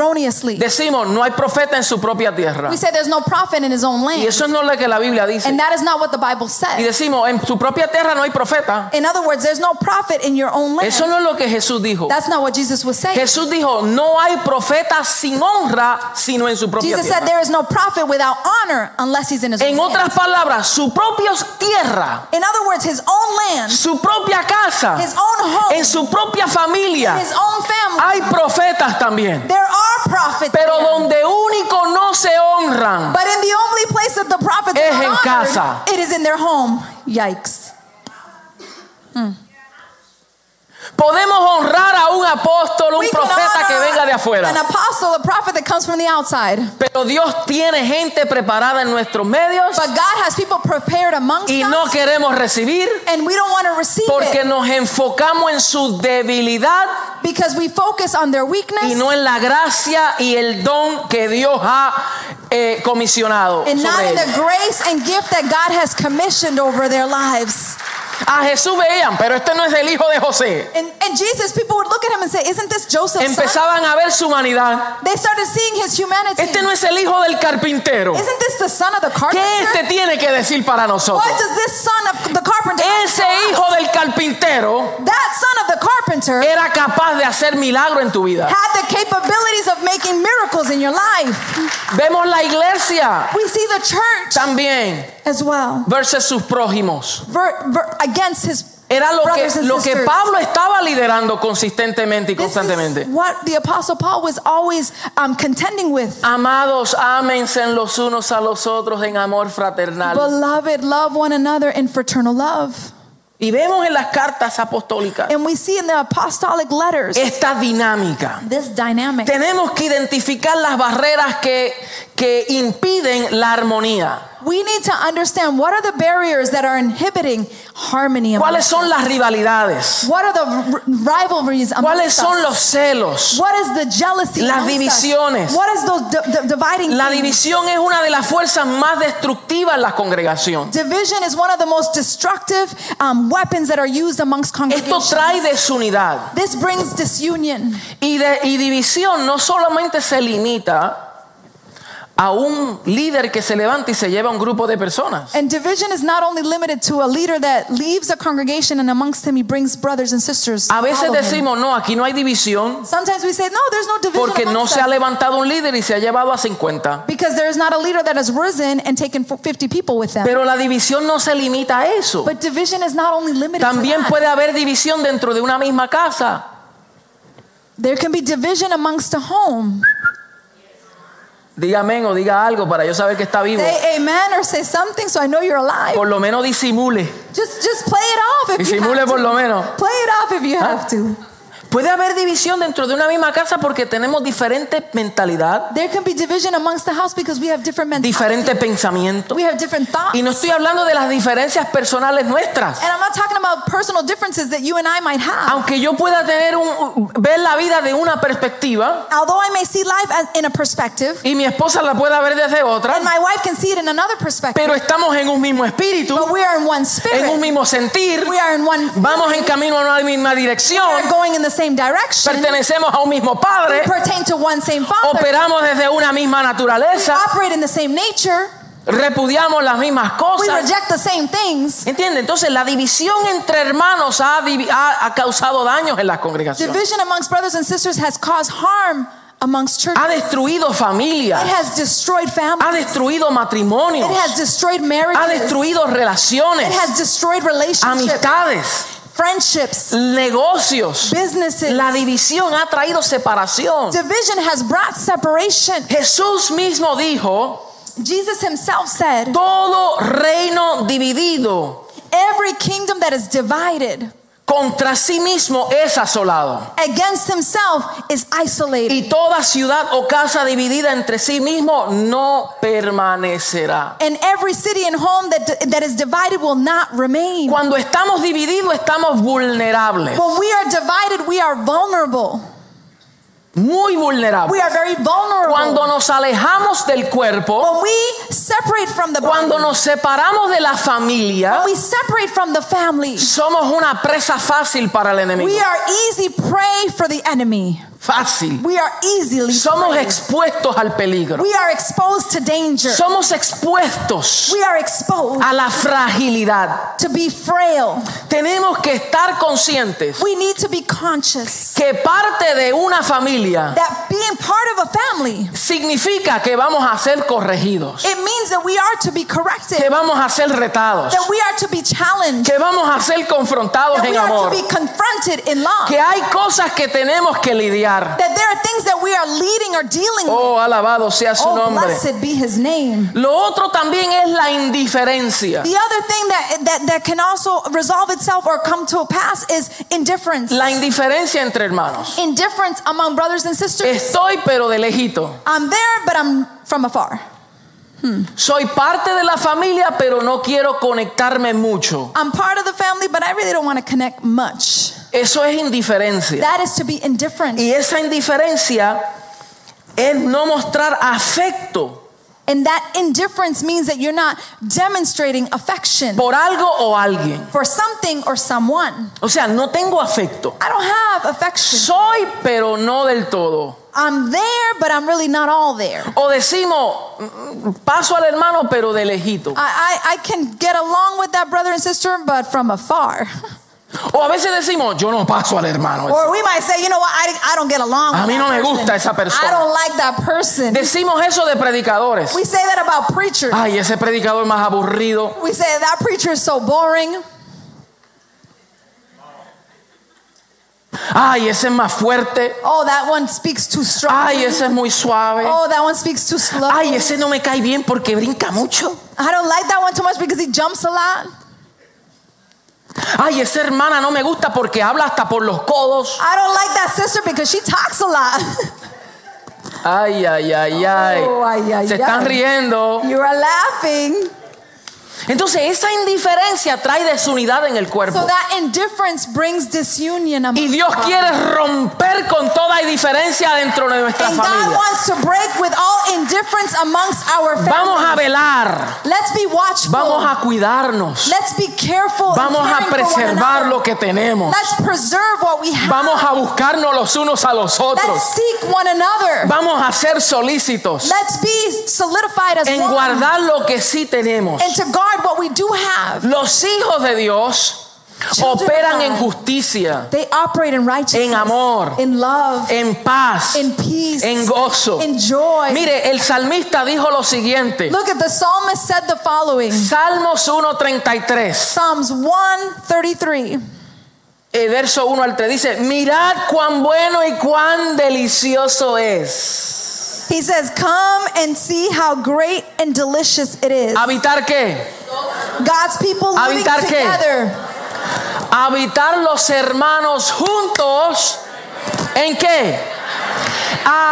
erroneously.
Decimos, no hay profeta en su propia tierra.
We say there's no prophet in his own
Y
land.
eso no es lo que la Biblia dice.
And that is not what the Bible
Y
says.
decimos, en su propia tierra no hay profeta.
In other words, there's no prophet in your own land.
Eso no es lo que Jesús dijo.
That's not what Jesus was saying.
Jesús dijo, no hay profeta sin honra sino en su propia
Jesus said
tierra.
there is no prophet without honor unless he's in his own
En
land.
otras palabras, su propia tierra,
In other words, his own land,
su propia casa,
his own home,
en su propia familia,
his own family.
hay profetas también.
There are prophets.
Ah. Pero
there.
donde único no se honran.
But in the only place that the prophets
Es
are
en
honored,
casa.
it is in their home. Yikes.
Podemos honrar a un apóstol, un
We can
profeta que
honor
venga de
An
afuera.
apostle, a prophet that comes from the outside.
Pero Dios tiene gente preparada en nuestros medios
But God has people prepared amongst
y
us.
no queremos recibir
and we don't want to receive
porque
it
nos enfocamos en su debilidad
because we focus on their weakness
y no en la gracia y el don que Dios ha eh, comisionado.
and not
sobre
in the
ellos.
grace and gift that God has commissioned over their lives.
A Jesús veían, pero este no es el hijo de José.
And, and Jesus, people would look at him and say, Isn't this Joseph's son?
Empezaban a ver su humanidad.
They started seeing his humanity.
Este no es el hijo del carpintero.
Isn't this the son of the
¿Qué
carpenter?
este tiene que decir para nosotros?
What does this son of the carpenter
Ese hijo del carpintero
That son of the carpenter
era capaz de hacer milagro en tu vida.
had the capabilities of making miracles in your life.
Vemos la iglesia
We see the church
también
as well
versus sus prójimos.
ver, ver, against his
Era lo
brothers
que,
and
lo que
sisters.
Pablo estaba liderando consistentemente y
This is
constantemente.
what the apostle Paul was always um, contending with.
Amados, ámense los unos a los otros en amor fraternal.
Beloved, love one another in fraternal love.
Y vemos en las cartas apostólicas
And we see in the apostolic letters
esta dinámica.
this dynamic.
Tenemos que identificar las barreras que, que impiden la armonía.
We need to understand what are the barriers that are inhibiting harmony.
¿Cuáles
amongst
son las rivalidades?
us? What are the r- rivalries
¿Cuáles son
amongst us?
los celos?
What is the jealousy?
Las
amongst us?
divisiones.
What is those di- di- dividing?
La
things?
división es una de las fuerzas más destructivas en la congregación.
Division is one of the most destructive um, weapons that are used amongst
Esto
congregations.
trae desunidad.
This brings disunion.
Y, de- y división no solamente se limita a un líder que se levanta y se lleva a un grupo de personas.
And division is not only limited to a leader that leaves a congregation and amongst him he brings brothers and sisters. to
A veces
follow him.
decimos, no, aquí no hay división
Sometimes we say, no, there's no division
porque no
amongst
se ha
us.
levantado un líder y se ha llevado a 50.
because there is not a leader that has risen and taken fo- 50 people with them.
Pero la división no se limita a eso.
But division is not only limited
También
to that.
puede haber división dentro de una misma casa.
There can be division amongst a home.
Diga amén o diga algo para yo saber que está vivo.
Say amen or say something so I know you're alive.
Por lo menos disimule.
Just just play it off if you
Disimule
have
por
to.
lo menos. Ah.
Play it off if you have to.
Puede haber división dentro de una misma casa porque tenemos diferente mentalidad,
There can be division amongst the house because we have different men.
diferente pensamiento.
We have different thoughts.
Y no estoy hablando de las diferencias personales nuestras.
And I'm not talking about personal differences that you and I might have.
Aunque yo pueda tener un, ver la vida de una perspectiva
Although I may see life as, in a perspective,
y mi esposa la pueda ver desde otra,
and my wife can see it in another perspective,
pero estamos en un mismo espíritu,
but we are in one
en un
spirit.
mismo sentir,
We are in one.
vamos en camino a una misma
We are
dirección,
going in the same direction.
pertenecemos a un mismo
We
Padre,
pertain to one same Father.
operamos desde una misma
We
naturaleza,
operate in the same nature.
repudiamos las mismas
We
cosas.
reject the same things.
¿Entiende? Entonces la división entre hermanos ha, divi- ha- ha causado daños en las congregaciones,
Division amongst brothers and sisters has caused harm amongst churches.
ha destruido
It
familias,
has destroyed
ha
families.
destruido
It
matrimonios,
has destroyed
ha
marriages.
destruido
It
relaciones,
has destroyed relationships,
amistades,
friendships,
negocios.
businesses.
La división ha traído separación.
Division has brought separation.
Jesús mismo dijo,
Jesus himself said,
todo reino dividido
Every kingdom that is divided
contra sí mismo es asolado.
against himself is isolated,
Y toda ciudad o casa dividida entre sí mismo no permanecerá.
and every city and home that, that is divided will not remain.
Cuando estamos divididos estamos vulnerables,
When we are divided, we are vulnerable.
muy
We
vulnerables.
are very vulnerable.
Cuando nos alejamos del cuerpo,
When we separate from the body,
cuando nos separamos de la familia,
when we separate from the family,
somos una presa fácil para el enemigo.
we are easy prey for the enemy.
Fácil.
We are easily
Somos
prey.
expuestos al peligro.
We are exposed to danger.
Somos expuestos
We are exposed
a la fragilidad.
to be frail.
Tenemos que estar conscientes
We need to be conscious
que parte de una familia
that being part of a family,
significa que vamos a ser corregidos,
it means that we are to be corrected,
que vamos a ser retados,
that we are to be challenged,
que vamos a ser confrontados
that we
en
are
amor,
to be confronted in love,
que hay cosas que tenemos que lidiar.
that there are things that we are leading or dealing with.
Oh, alabado sea su
Oh,
nombre.
blessed be his name.
Lo otro también es la indiferencia.
The other thing that, that, that can also resolve itself or come to a pass is indifference.
La indiferencia entre hermanos.
Indifference among brothers and sisters.
Estoy pero de lejito.
I'm there, but I'm from afar.
Soy parte de la familia, pero no quiero conectarme mucho.
I'm part of the family, but I really don't want to connect much.
Eso es indiferencia.
That is to be indifferent.
Y esa indiferencia es no mostrar afecto
And that indifference means that you're not demonstrating affection
por algo o alguien.
for something or someone.
O sea, no tengo afecto.
I don't have affection.
Soy, pero no del todo.
I'm there, but I'm really not all there.
O decimos, mm, paso al hermano, pero de lejito.
I, I, I can get along with that brother and sister, but from afar.
O a veces decimos, yo no paso al hermano.
Or we might say, you know what, I, I don't get along
A
with
mí no me
that
gusta esa
person.
persona.
I don't like that person.
Decimos eso de predicadores.
We say that about preachers.
Ay, ese predicador más aburrido.
We say that preacher is so boring.
Ay, ese es más fuerte.
Oh, that one speaks too strong.
Ay, ese es muy suave.
Oh, that one speaks too slow.
Ay, ese no me cae bien porque brinca mucho.
I don't like that one too much because he jumps a lot.
Ay, esa hermana no me gusta porque habla hasta por los codos.
I don't like that sister because she talks a lot. <laughs>
Ay, ay, ay, ay.
Oh, ay, ay,
Se están
ay.
riendo.
you are laughing.
Entonces, esa indiferencia trae desunidad en el
So
cuerpo.
that indifference brings disunion among
Y Dios
us.
quiere romper con toda indiferencia dentro de nuestra
And God
familia.
wants to break with all indifference amongst our
Vamos a
family.
velar,
Let's be watchful.
vamos a cuidarnos,
Let's be careful. in
vamos a
caring for one
preservar
another.
lo que tenemos,
Let's preserve what we have.
vamos a buscarnos los unos a los
Let's
otros,
seek one another.
vamos a ser solícitos
Let's be solidified as
en
one
guardar lo que sí tenemos.
and to guard what we do have.
Los hijos de Dios operan en justicia,
They operate in righteousness,
En amor.
in love,
en paz,
in peace,
en gozo.
in joy.
Mire, el salmista dijo lo siguiente,
Look at the psalmist said the following.
Salmos 1.33,
Psalms 133,
eh, verso 1 al 3, dice, mirad cuán bueno y cuán delicioso es.
he says, Come and see how great and delicious it is.
¿Habitar qué?
God's people living
Habitar qué?
together,
Habitar los hermanos juntos ¿En qué?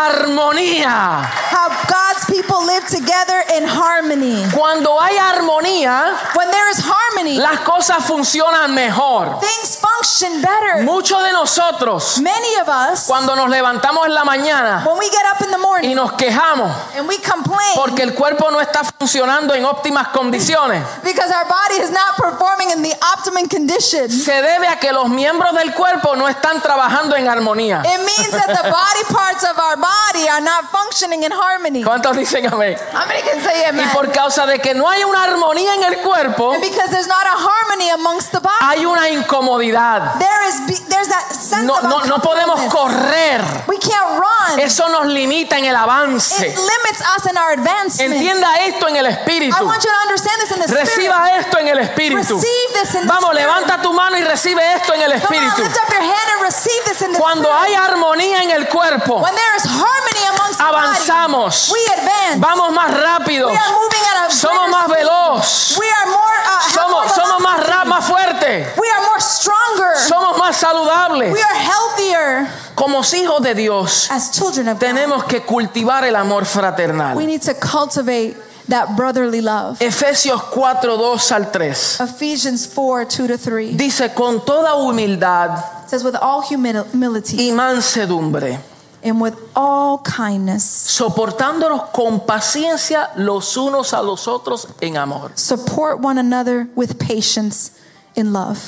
Armonía.
How God's people live together in harmony.
Cuando hay armonía,
When there is harmony,
las cosas funcionan mejor.
things function better.
Muchos de nosotros,
Many of us,
cuando nos levantamos en la mañana
when we get up in the
y
morning
nos quejamos
and we complain
porque el cuerpo no está funcionando en óptimas condiciones,
because our body is not performing in the optimum condition,
se debe a que los miembros del cuerpo no están trabajando en armonía.
it means that the body parts of our body are not functioning in harmony.
¿Cuántos dicen amén?
How many can say
Y
amen?
por causa de que no hay una armonía en el cuerpo,
And because there's not a harmony amongst the body,
hay una incomodidad.
there is be- there's that sense
No,
of
no, no podemos
uncomfortableness.
correr.
We can't run.
Eso nos limita en el
It
avance.
limits us in our advancement.
Entienda esto en el
I
espíritu.
want you to understand this in the spirit.
Reciba esto en el espíritu.
Receive this in the
Vamos,
spirit.
levanta tu mano y recibe esto en el
Come on,
espíritu.
lift up your hand and receive this in the
Cuando
spirit.
hay armonía en el cuerpo,
when there is harmony amongst
Avanzamos.
the body, we advance.
vamos más rápido,
we are moving at a
somos
greater
más
speed.
veloz,
We are more uh, have
somos,
more
somos más, ra-
velocity.
más fuertes,
We are more stronger.
somos más
we
saludables.
are healthier
Como hijos de Dios,
as children of God.
tenemos que cultivar el amor
We
fraternal.
need to cultivate that brotherly love.
Efesios 4, 2 al 3.
Ephesians 4 2 to 3
Dice, con toda humildad
says, with all humil- humility
y mansedumbre,
and with all kindness,
soportándonos con paciencia los unos a los otros en amor.
support one another with patience in love.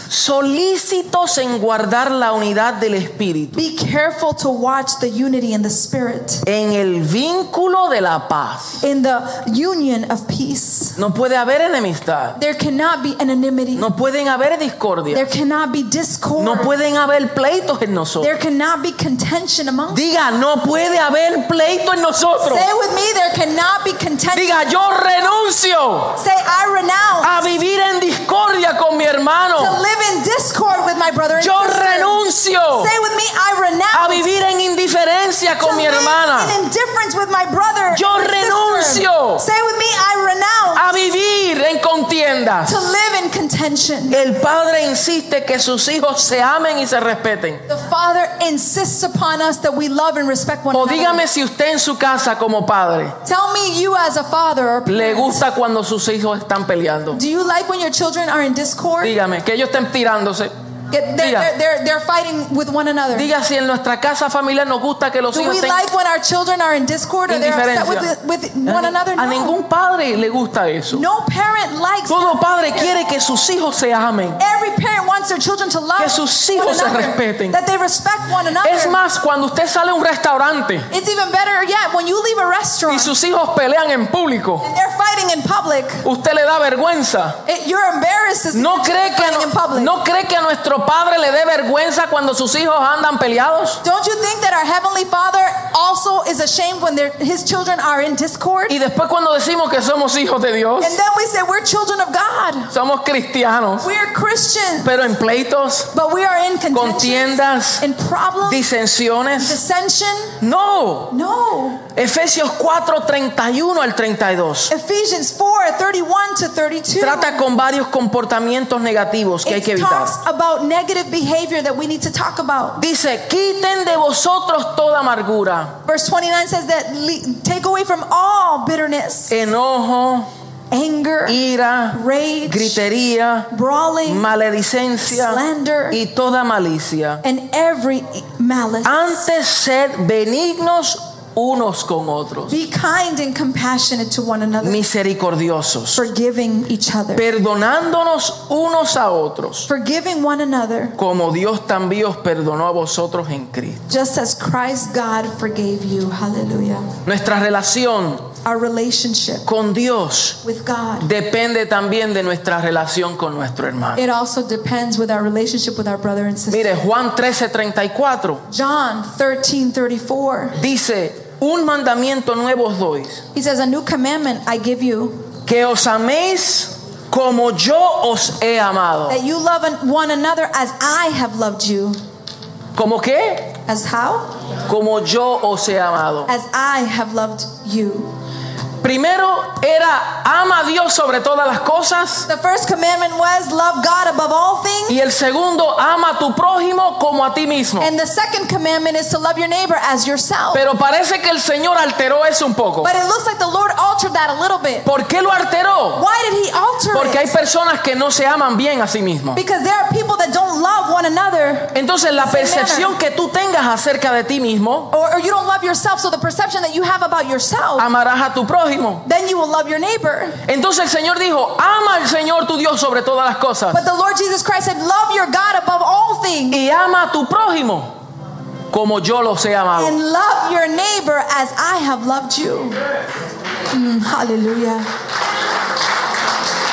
Solícitos en guardar la unidad del Espíritu,
Be careful to watch the unity in the spirit,
en el vínculo de la paz.
in the union of peace.
No puede haber enemistad,
There cannot be anonymity,
no pueden haber discordia,
there cannot be discord,
no pueden haber pleitos en nosotros.
there cannot be contention among
Diga, no puede haber pleito en nosotros.
Say with me, there cannot be contention.
Diga, yo renuncio
Say, I renounce.
a vivir en discordia con mi
to
hermano.
live in discord with my brother and
Yo
sister.
renuncio
Say with me, I
a
renounce
vivir en indiferencia
to
con mi
live
hermana.
in indifference with my brother.
Yo
and sister.
renuncio.
Say with me, I renounce
A vivir en contiendas.
to live in contention.
El padre insiste que sus hijos se amen y se respeten.
The Father insists upon us that we love and respect one
O
another.
Oh, dígame si usted en su casa como padre
Tell me, you as a father or
le
parent,
gusta cuando sus hijos están peleando.
do you like when your children are in discord?
Dígame, que ellos estén tirándose.
Get- they're,
diga.
they're, they're, they're fighting with one another.
Diga si en nuestra casa familiar nos gusta que los
do
hijos
we
estén
like when our children are in discord or they're upset
Indiferencia.
with, with one another?
A
No.
ningún padre le gusta eso.
No parent likes
Todo padre quiere que sus hijos se amen.
Every parent wants their children to love
Que sus
one
hijos se
another,
respeten.
That they respect one another.
Es más, cuando usted sale a un restaurante
it's even better yet when you leave a
y
restaurant
sus hijos pelean en público,
and they're fighting in public.
usted le da vergüenza.
It, you're embarrassed to see
¿No
your
cree,
children
que a
fighting in
no,
public.
¿No cree que a nuestro padre le dé vergüenza cuando sus hijos andan peleados?
Don't you think that our heavenly Father also is ashamed when their- his children are in discord?
Y después cuando decimos que somos hijos de Dios,
and then we say we're children of God.
somos cristianos,
We're Christians,
pero en pleitos,
but we are in contention,
contiendas,
in problems,
disensiones.
dissension.
No,
No.
Efesios 4, 31 al 32.
Ephesians 4, 31 to 32.
Trata con varios comportamientos negativos que hay que
It
evitar.
talks about negative behavior that we need to talk about.
Dice, quiten de vosotros toda amargura,
Verse 29 says that le- take away from all bitterness,
enojo,
anger,
ira,
rage,
gritería,
brawling,
maledicencia
Slander.
y toda malicia.
and every malice.
Antes sed benignos unos con otros,
Be kind and compassionate to one another,
misericordiosos,
forgiving each other,
perdonándonos unos a otros,
forgiving one another,
como Dios también os perdonó a vosotros en Cristo.
just as Christ God forgave you. Hallelujah.
Nuestra relación
Our relationship
con Dios
with God.
depende también de nuestra relación con nuestro hermano.
It also depends with our relationship with our brother and sister.
Mire, Juan 13:34
John 13 34.
dice, un mandamiento nuevo os doy,
He says, A new commandment I give you,
que os améis como yo os he amado.
that you love one another as I have loved you.
¿Cómo qué?
As how?
Como yo os he amado.
As I have loved you.
Primero era ama a Dios sobre todas las cosas
The first commandment was love God above all things.
y el segundo ama a tu prójimo como a ti mismo.
And the second commandment is to love your neighbor as yourself.
Pero parece que el Señor alteró eso un poco.
But it looks like the Lord altered that a little bit.
¿Por qué lo alteró?
Why did he alter
Porque hay
it?
personas que no se aman bien a sí mismos.
Because there are people that don't love one another
Entonces la percepción que tú tengas acerca de ti mismo,
or, or you don't love yourself. So the perception that you have about yourself,
amarás a tu prójimo.
then you will love your neighbor.
Entonces el Señor dijo, ama al Señor tu Dios sobre todas las cosas
But the Lord Jesus Christ said, love your God above all things
y ama a tu prójimo como yo los he amado.
and love your neighbor as I have loved you. Mm, hallelujah.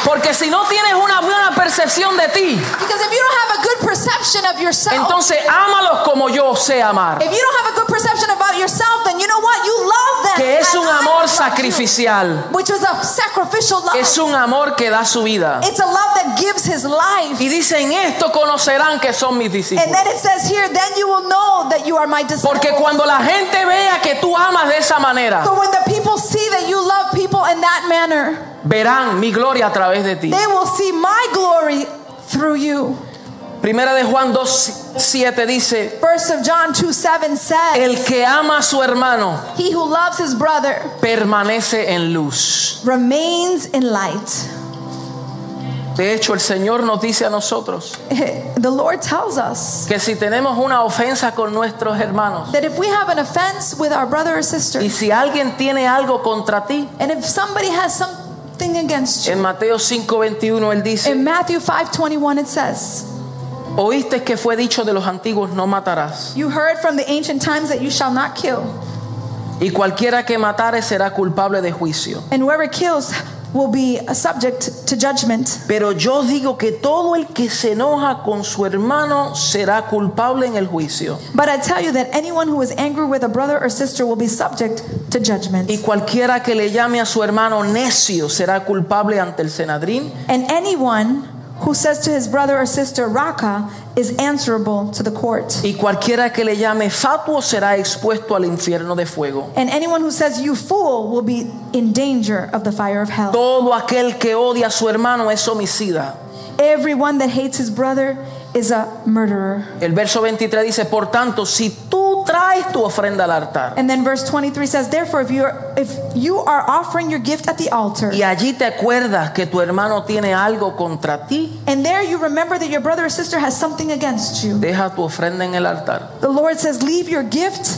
Porque si no tienes una buena percepción de ti,
Because if you don't have a good perception of yourself,
entonces ámalos como yo sé amar,
if you don't have a good perception about yourself, then you know what? You love them.
que es
as
un
I
amor
have loved you,
sacrificial,
Which is a sacrificial love.
es un amor que da su vida.
It's a love that gives his life.
Y dicen esto conocerán que son mis
And
discípulos.
then it says here, then you will know that you are my disciples.
Porque cuando la gente vea que tú amas de esa manera,
so when the people see that you love people in that manner,
verán mi gloria a través de ti.
they will see my glory through you.
Primera de Juan 2:7 dice,
First of John 2 7 says,
el que ama a su hermano
He who loves his brother
permanece en luz.
remains in light. <laughs>
De hecho, el Señor nos dice a nosotros
The Lord tells us
que si tenemos una ofensa con nuestros hermanos
that if we have an offense with our brother or sister,
y si alguien tiene algo contra ti,
and if somebody has something against you,
en Mateo 5:21 él dice,
in Matthew 5 21 it says,
oíste que fue dicho de los antiguos, no matarás.
You heard from the ancient times that you shall not kill,
Y cualquiera que matare será culpable de juicio.
and whoever kills will be a subject to judgment.
Pero yo digo que todo el que se enoja con su hermano será culpable en el juicio.
But I tell you that anyone who is angry with a brother or sister will be subject to judgment.
Y cualquiera que le llame a su hermano necio será culpable ante el Senadrín.
And anyone who says to his brother or sister, Raka, is answerable to the court.
Y cualquiera que le llame fatuo será expuesto al infierno de fuego.
And anyone who says, You fool, will be in danger of the fire of hell.
Todo aquel que odia a su hermano es homicida.
Everyone that hates his brother is a murderer.
El verso 23 dice, por tanto, si tú traes tu ofrenda al altar
And then verse 23 says, Therefore, if you are, if you are offering your gift at the altar,
y allí te acuerdas que tu hermano tiene algo contra ti,
and there you remember that your brother or sister has something against you,
deja tu ofrenda en el altar
the Lord says, Leave your gift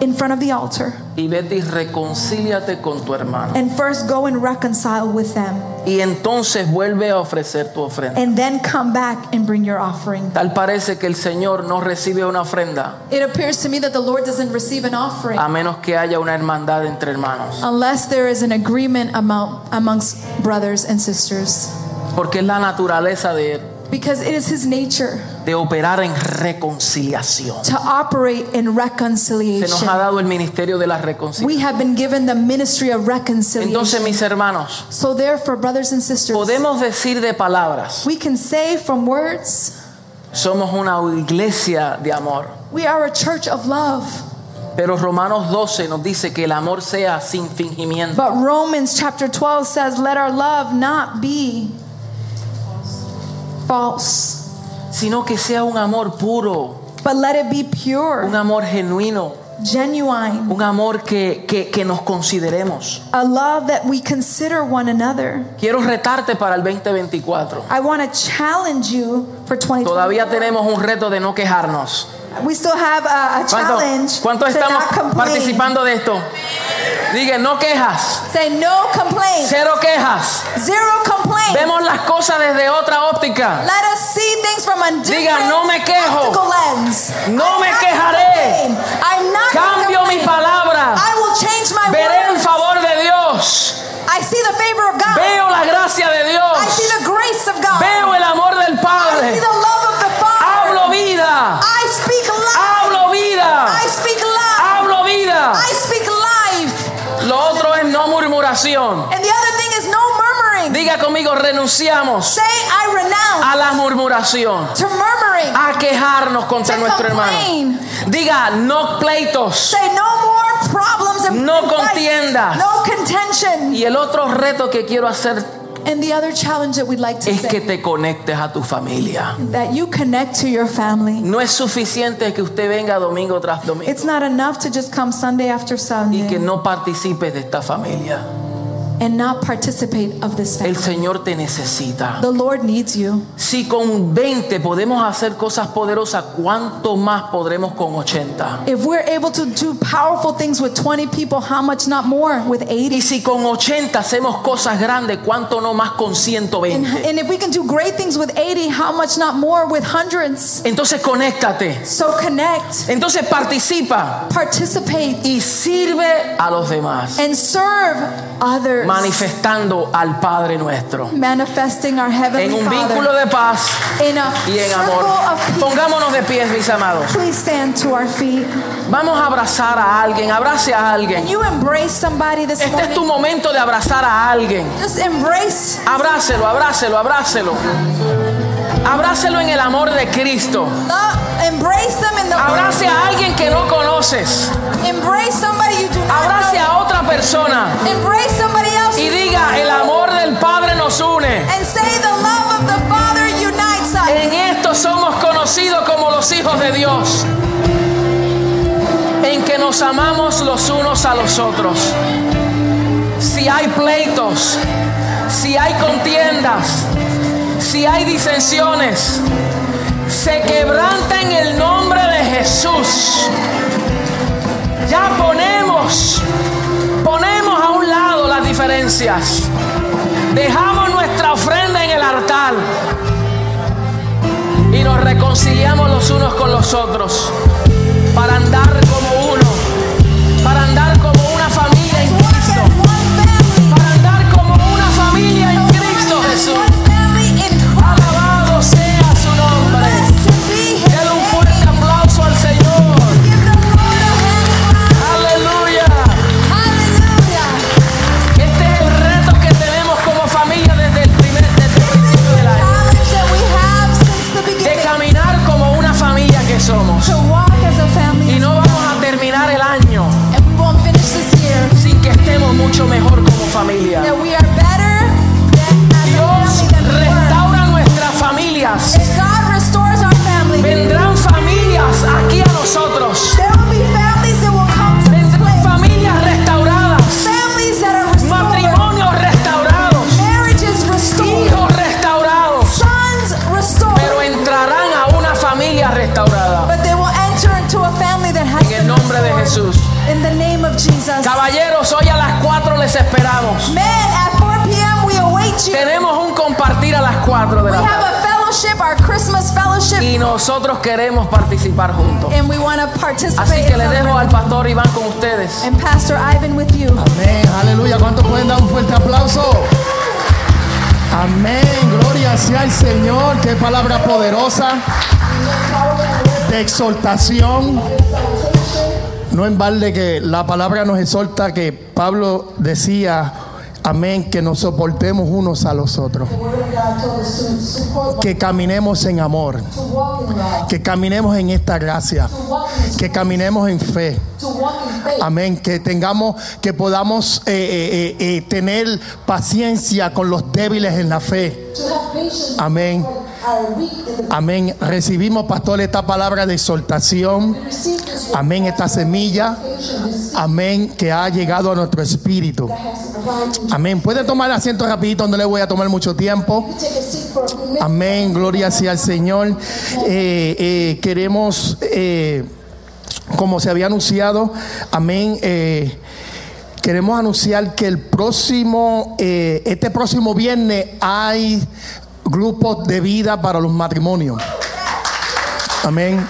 in front of the altar
y vete y reconcíliate con tu hermano.
and first go and reconcile with them,
Y entonces vuelve a ofrecer tu ofrenda.
and then come back and bring your offering.
Tal parece que el Señor no recibe una ofrenda
It appears to me that the Lord doesn't receive an offering
a menos que haya una hermandad entre hermanos.
unless there is an agreement among, amongst brothers and sisters,
Porque es la naturaleza de Él,
because it is His nature.
de operar en reconciliación.
to operate
Se
in
nos
reconciliation.
ha dado el ministerio de la reconciliación.
We have been given the ministry of
Entonces,
reconciliation.
mis hermanos,
So, therefore, brothers and sisters,
podemos decir de palabras,
we can say from words,
somos una iglesia de amor.
we are a church of love.
Pero Romanos 12 nos dice que el amor sea sin fingimiento.
But Romans chapter 12 says, let our love not be false,
sino que sea un amor puro,
but let it be
un
pure,
amor genuino,
genuine,
un amor que, que, que nos consideremos.
a love that we consider one another.
Quiero retarte para el 2024.
I want to challenge you for 2020.
Todavía tenemos un reto de no quejarnos.
We still have a, a
¿Cuántos
challenge
cuántos
to
estamos
not complain.
participando de esto? Diga, no quejas,
Say no complaints,
cero quejas.
zero complaints.
Vemos las cosas desde otra óptica.
Let us see things from a different
Diga, no me quejo.
optical lens.
No
I'm
me
not
quejaré.
gonna complain. I'm not gonna
Cambio mi
complain.
palabra.
I will change my
Veré el
words.
favor de Dios.
I see the favor of God.
Veo la gracia de
I see
Dios.
the grace of God.
Veo el amor del
I see
Padre.
the love of the Father.
Hablo vida.
I speak life.
Hablo vida.
I speak life.
Hablo vida.
I speak life.
Lo otro es no murmuración.
And the other thing is no murmuring.
Diga conmigo, renunciamos
Say I renounce
a la murmuración,
to murmuring.
a quejarnos
to
contra nuestro Ah, hermano.
complain.
Diga, no pleitos,
Say no more problems and
No
fights,
contiendas.
no contention.
Y el otro reto que quiero hacer
And the other challenge that we'd like to
es
say
que te conectes a tu familia.
that you connect to your family.
No es suficiente que usted venga domingo tras domingo
It's not enough to just come Sunday after
y que
Sunday
no participes de esta familia.
and not participate of this
El
family.
Señor te necesita.
The Lord needs you.
Si con 20 podemos hacer cosas poderosas, ¿cuánto más podremos con 80?
If we're able to do powerful things with 20 people, how much not more with 80?
Y si con 80 hacemos cosas grandes, ¿cuánto no más con
And,
120?
and if we can do great things with 80, how much not more with hundreds?
Entonces conéctate.
So connect,
Entonces participa
participate,
y sirve a los demás,
and serve others.
manifestando al Padre nuestro
Manifesting our
en
heavenly
un vínculo
Father
de paz
in a
y en
circle
amor.
of peace.
Pongámonos de pies, mis amados.
Please stand to our feet.
Vamos a abrazar a alguien, abrace a
Can
alguien.
you embrace somebody this
Este es tu
morning?
momento de abrazar a alguien.
Just embrace.
Abrácelo, abrácelo, abrácelo. Abrácelo en el amor de Cristo.
Uh, embrace them in the
Abrace a alguien que no conoces.
Embrace somebody you do not
Abrace
know.
a otra persona
Embrace somebody else.
y diga, el amor del Padre nos une.
And say the love of the Father unites us.
En esto somos conocidos como los hijos de Dios. En que nos amamos los unos a los otros. Si hay pleitos, si hay contiendas, si hay disensiones, se quebranta en el nombre de Jesús. Ya ponemos, ponemos a un lado las diferencias. Dejamos nuestra ofrenda en el altar y nos reconciliamos los unos con los otros para andar como uno, para andar como una familia en
One
Cristo,
as one family.
para andar como una familia en Cristo Jesús.
One family in Christ.
Alabado sea su nombre.
Blessed to be His
Dale un
name.
fuerte aplauso al Señor.
Give the Lord a hand
Aleluya.
clap. Hallelujah.
Este es el reto que tenemos como familia desde el primer desde el
This is
principio
the
del año.
challenge that we have since the
De
beginning.
caminar como una familia que somos.
To walk as a family.
Y no vamos a terminar el año
And we won't finish this year.
sin que estemos mucho mejor como familia.
That we are better than as a
Dios
family than we were.
restaura nuestras familias.
If God restores our family,
Vendrán familias aquí a nosotros.
there will be families that will come to this
Vendrán
place.
familias restauradas.
Families that are restored.
Matrimonios restaurados.
Marriages restored.
Hijos restaurados.
Sons
Pero
restored.
entrarán a una familia restaurada.
But they will enter into a family that has
En el
been
nombre de
restored.
Jesús.
In the name of Jesus.
Caballeros, hoy a las 4 les esperamos.
Men, at 4 p.m. we await you.
Tenemos un compartir a las 4 de
We
la
have
tarde.
a fellowship, our Christmas fellowship,
Y nosotros queremos participar juntos.
and we want to
Así
participate.
que
in
le dejo
some-
al pastor Iván con ustedes.
And Pastor Ivan with you.
Amén, aleluya. ¿Cuántos pueden dar un fuerte aplauso? Amén, gloria sea el Señor. Qué palabra poderosa de exhortación. No en balde que la palabra nos exhorta que Pablo decía, amén, que nos soportemos unos a los otros. Que caminemos en amor. Que caminemos en esta gracia. Que caminemos en fe. Amén. Que tengamos, que podamos eh, eh, eh, eh, tener paciencia con los débiles en la fe. Amén. Amén. Recibimos, pastor, esta palabra de exhortación. Amén. Esta semilla. Amén. Que ha llegado a nuestro espíritu. Amén. Puede tomar asiento rapidito, no le voy a tomar mucho tiempo. Amén. Gloria sea al Señor. Eh, eh, queremos. eh, como se había anunciado, amén. eh, queremos anunciar que el próximo, eh, este próximo viernes hay grupos de vida para los matrimonios. Amén.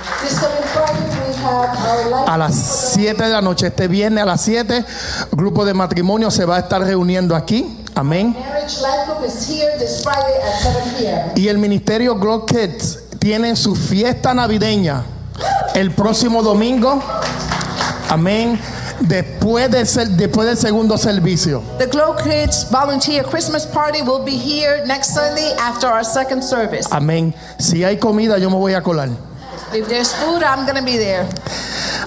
A las 7 de la noche, este viernes a las 7, grupo de matrimonio se va a estar reuniendo aquí. Amén.
Marriage Life Group is here this Friday at 7 p.m.
Y el ministerio Glow Kids tiene su fiesta navideña el próximo domingo. Amén. Después, de ser- después del segundo servicio.
The Glow Kids Volunteer Christmas Party will be here next Sunday after our second service.
Amén. Si hay comida, yo me voy a colar.
If there's food, I'm going to be there.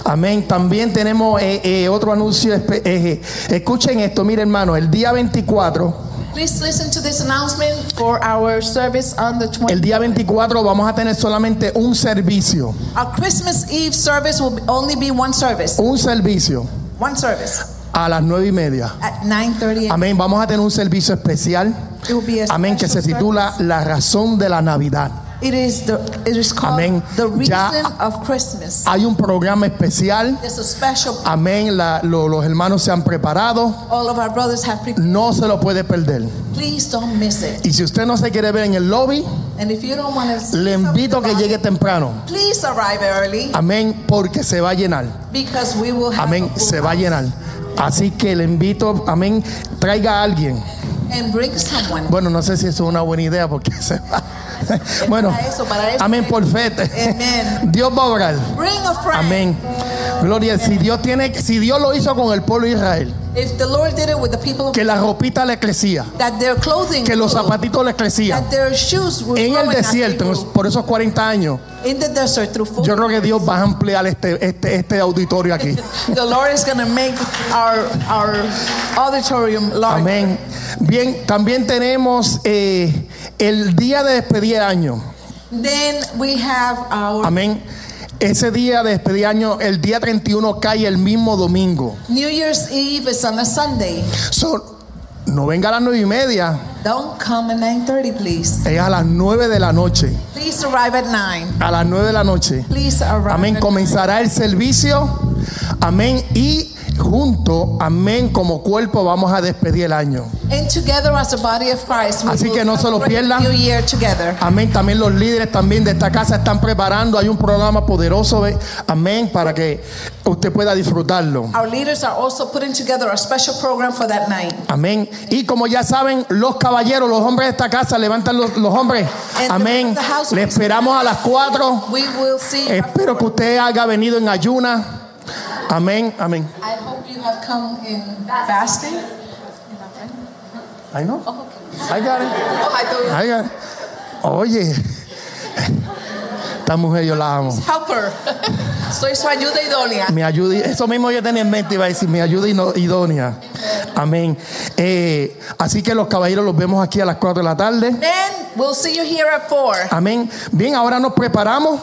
Amén. También tenemos eh, eh, otro anuncio. espe- eh, eh. Escuchen esto, mire hermano, el día 24,
Please listen to this announcement for our service on the
el
20th.
día 24 vamos a tener solamente un servicio,
Our Christmas Eve service will only be one service.
un servicio
One service
a las nueve y media.
at 9:30. a.m.
Amén. Vamos a tener un servicio especial.
It will be a
Amén, que se
special
titula La razón de la Navidad.
service. It is the it is called
Amén.
the reason
Ya-
of Christmas.
Hay un programa especial.
There's a special.
Amén, la- lo- los hermanos se han preparado.
All of our brothers have prepared.
No se lo puede perder.
Please don't miss it.
Y si usted no se quiere ver en el lobby,
And if you don't want to,
le invito a que llegue temprano.
Please arrive early
Amén, porque se va a llenar.
because we will have.
Amén,
a full
se va a
house.
llenar. Así que le invito, amén, traiga a alguien.
And bring someone.
Bueno, no sé si eso es una buena idea porque <laughs> se va. Bueno,
para eso, para eso.
amén, por fe. <laughs>
Amén.
Dios va a orar.
Bring a friend.
Amén. Gloria, si Dios tiene, si Dios lo hizo con el pueblo de Israel,
If the Lord did it with the people of
que la ropita le crecía,
that their clothing
que los
grew,
zapatitos le crecían.
that their shoes were
En el
growing as they
desierto,
grew.
por esos 40 años,
in the desert through food.
yo creo que Dios va a ampliar este, este, este auditorio aquí.
The Lord is going to make our our auditorium large.
Amén. Bien, también tenemos eh, el día de despedir año.
Then we have our
Amén. Ese día de despedir año, el día 31 cae el mismo domingo.
New Year's Eve is on a Sunday.
So, no venga a las nueve y media,
Don't come at 9:30, please.
es a las 9 de la noche.
Please arrive at nine.
A las 9 de la noche.
Please arrive.
Amén.
at-
Comenzará el servicio. Amén. Y junto, amén, como cuerpo vamos a despedir el año.
And together as a body of Christ, we
Así
will
que no se lo
celebrate
pierdan.
New Year together.
Amén. También los líderes también de esta casa están preparando. Hay un programa poderoso. ¿ve? Amén. Para que usted pueda disfrutarlo.
Our leaders are also putting together a special program for that night.
Amén. Y como ya saben, los caballeros, los hombres de esta casa, levantan los, los hombres. Amén. Le esperamos a las 4.
We will see. you
Espero que usted haya venido en ayuna. Amén. Amén.
I hope you have come in fasting.
I know. I got it.
Oh, I thought
Ay, ay. Oye, esta mujer yo la amo.
helper. <laughs> Soy su ayuda idónea.
Me ayuda, eso mismo yo tenía en mente, iba a decir, me ayuda ino- idónea. Amén. Eh, así que los caballeros los vemos aquí a las 4 de la tarde.
Then we'll see you here at four.
Amén. Bien, ahora nos preparamos.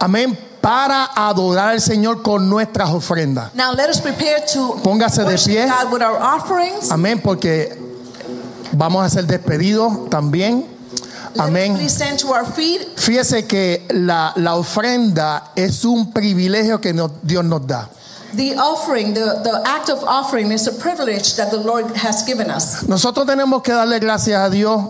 Amén. Para adorar al Señor con nuestras ofrendas.
Now let us prepare to
Póngase de
worship
pie.
God with our offerings.
Amén, porque vamos a ser despedidos también.
Let us
Amén.
Please stand to our feet.
Fíjese que la, la ofrenda es un privilegio que nos- Dios nos da.
The offering, the, the act of offering, is a privilege that the Lord has given us.
Nosotros tenemos que darle gracias a Dios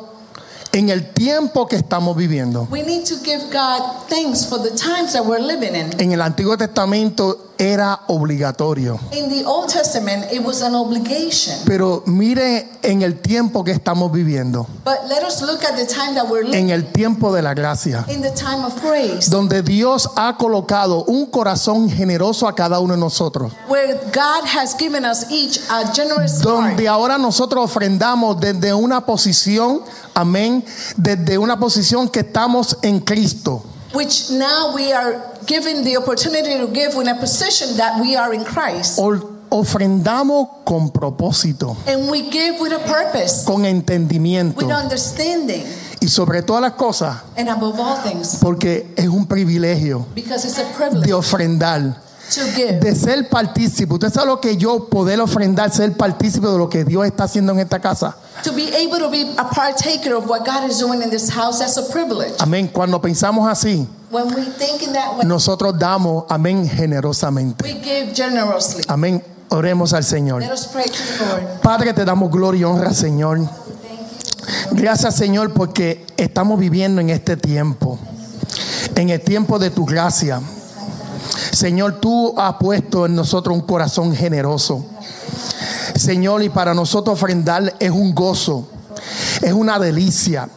en el tiempo que estamos viviendo.
We need to give God thanks for the times that we're living in.
En el Antiguo Testamento era obligatorio,
In the Old Testament, it was an obligation.
pero mire en el tiempo que estamos viviendo,
But let us look at the time that we're living
en el tiempo de la gracia,
in the time of grace,
donde Dios ha colocado un corazón generoso a cada uno de nosotros,
where God has given us each a generous heart.
donde ahora nosotros ofrendamos desde una posición, amén, desde una posición que estamos en Cristo.
which now we are given the opportunity to give in a position that we are in Christ.
Ol- Ofrendamos con propósito,
And we give with a purpose,
con entendimiento.
with understanding,
Y sobre todas las cosas,
and above all things,
porque es un privilegio
because it's a
de
privilege
ofrendar,
to give.
de ser partícipe. Usted sabe lo que yo poder ofrendar, ser partícipe de lo que Dios está haciendo en esta casa.
To be able to be a partaker of what God is doing in this house, that's a privilege.
Amén. Cuando pensamos así,
When we think in that way,
nosotros damos, amén, generosamente.
we give generously.
Amén. Oremos al Señor.
Let us pray to the Lord.
Padre, te damos gloria y honra, Señor. Gracias, Señor, porque estamos viviendo en este tiempo, en el tiempo de tu gracia. Señor, tú has puesto en nosotros un corazón generoso. Señor, y para nosotros ofrendar es un gozo. es una delicia.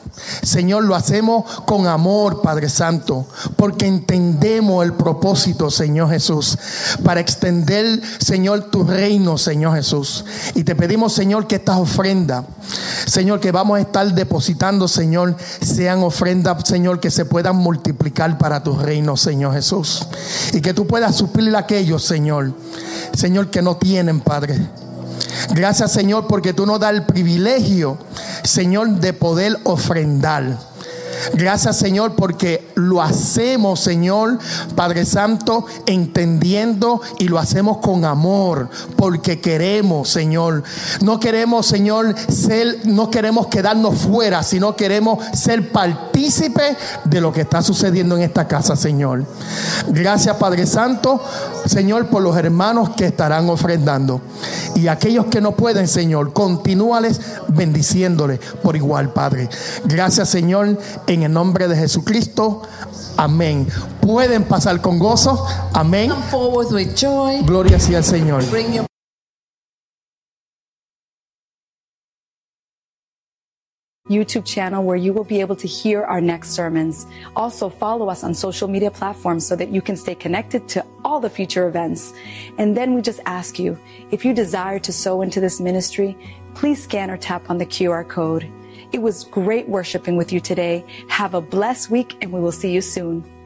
Señor, lo hacemos con amor, Padre Santo, porque entendemos el propósito, Señor Jesús, para extender, Señor, tu reino, Señor Jesús. Y te pedimos, Señor, que estas ofrendas, Señor, que vamos a estar depositando, Señor, sean ofrendas, Señor, que se puedan multiplicar para tu reino, Señor Jesús. Y que tú puedas suplir a aquellos, Señor, Señor, que no tienen, Padre. Gracias Señor porque tú nos das el privilegio, Señor, de poder ofrendar. Gracias Señor porque lo hacemos Señor Padre Santo entendiendo y lo hacemos con amor porque queremos Señor. No queremos Señor ser, no queremos quedarnos fuera, sino queremos ser partícipe de lo que está sucediendo en esta casa Señor. Gracias Padre Santo Señor por los hermanos que estarán ofrendando y aquellos que no pueden Señor, continúales bendiciéndoles por igual Padre. Gracias Señor en el nombre de Jesucristo. Amén. Pueden pasar con gozo. Amén.
Come forward with joy.
Gloria sea al Señor.
Bring your
YouTube channel where you will be able to hear our next sermons. Also, follow us on social media platforms so that you can stay connected to all the future events. And then we just ask you if you desire to sow into this ministry, please scan or tap on the QR code. It was great worshiping with you today. Have a blessed week, and we will see you soon.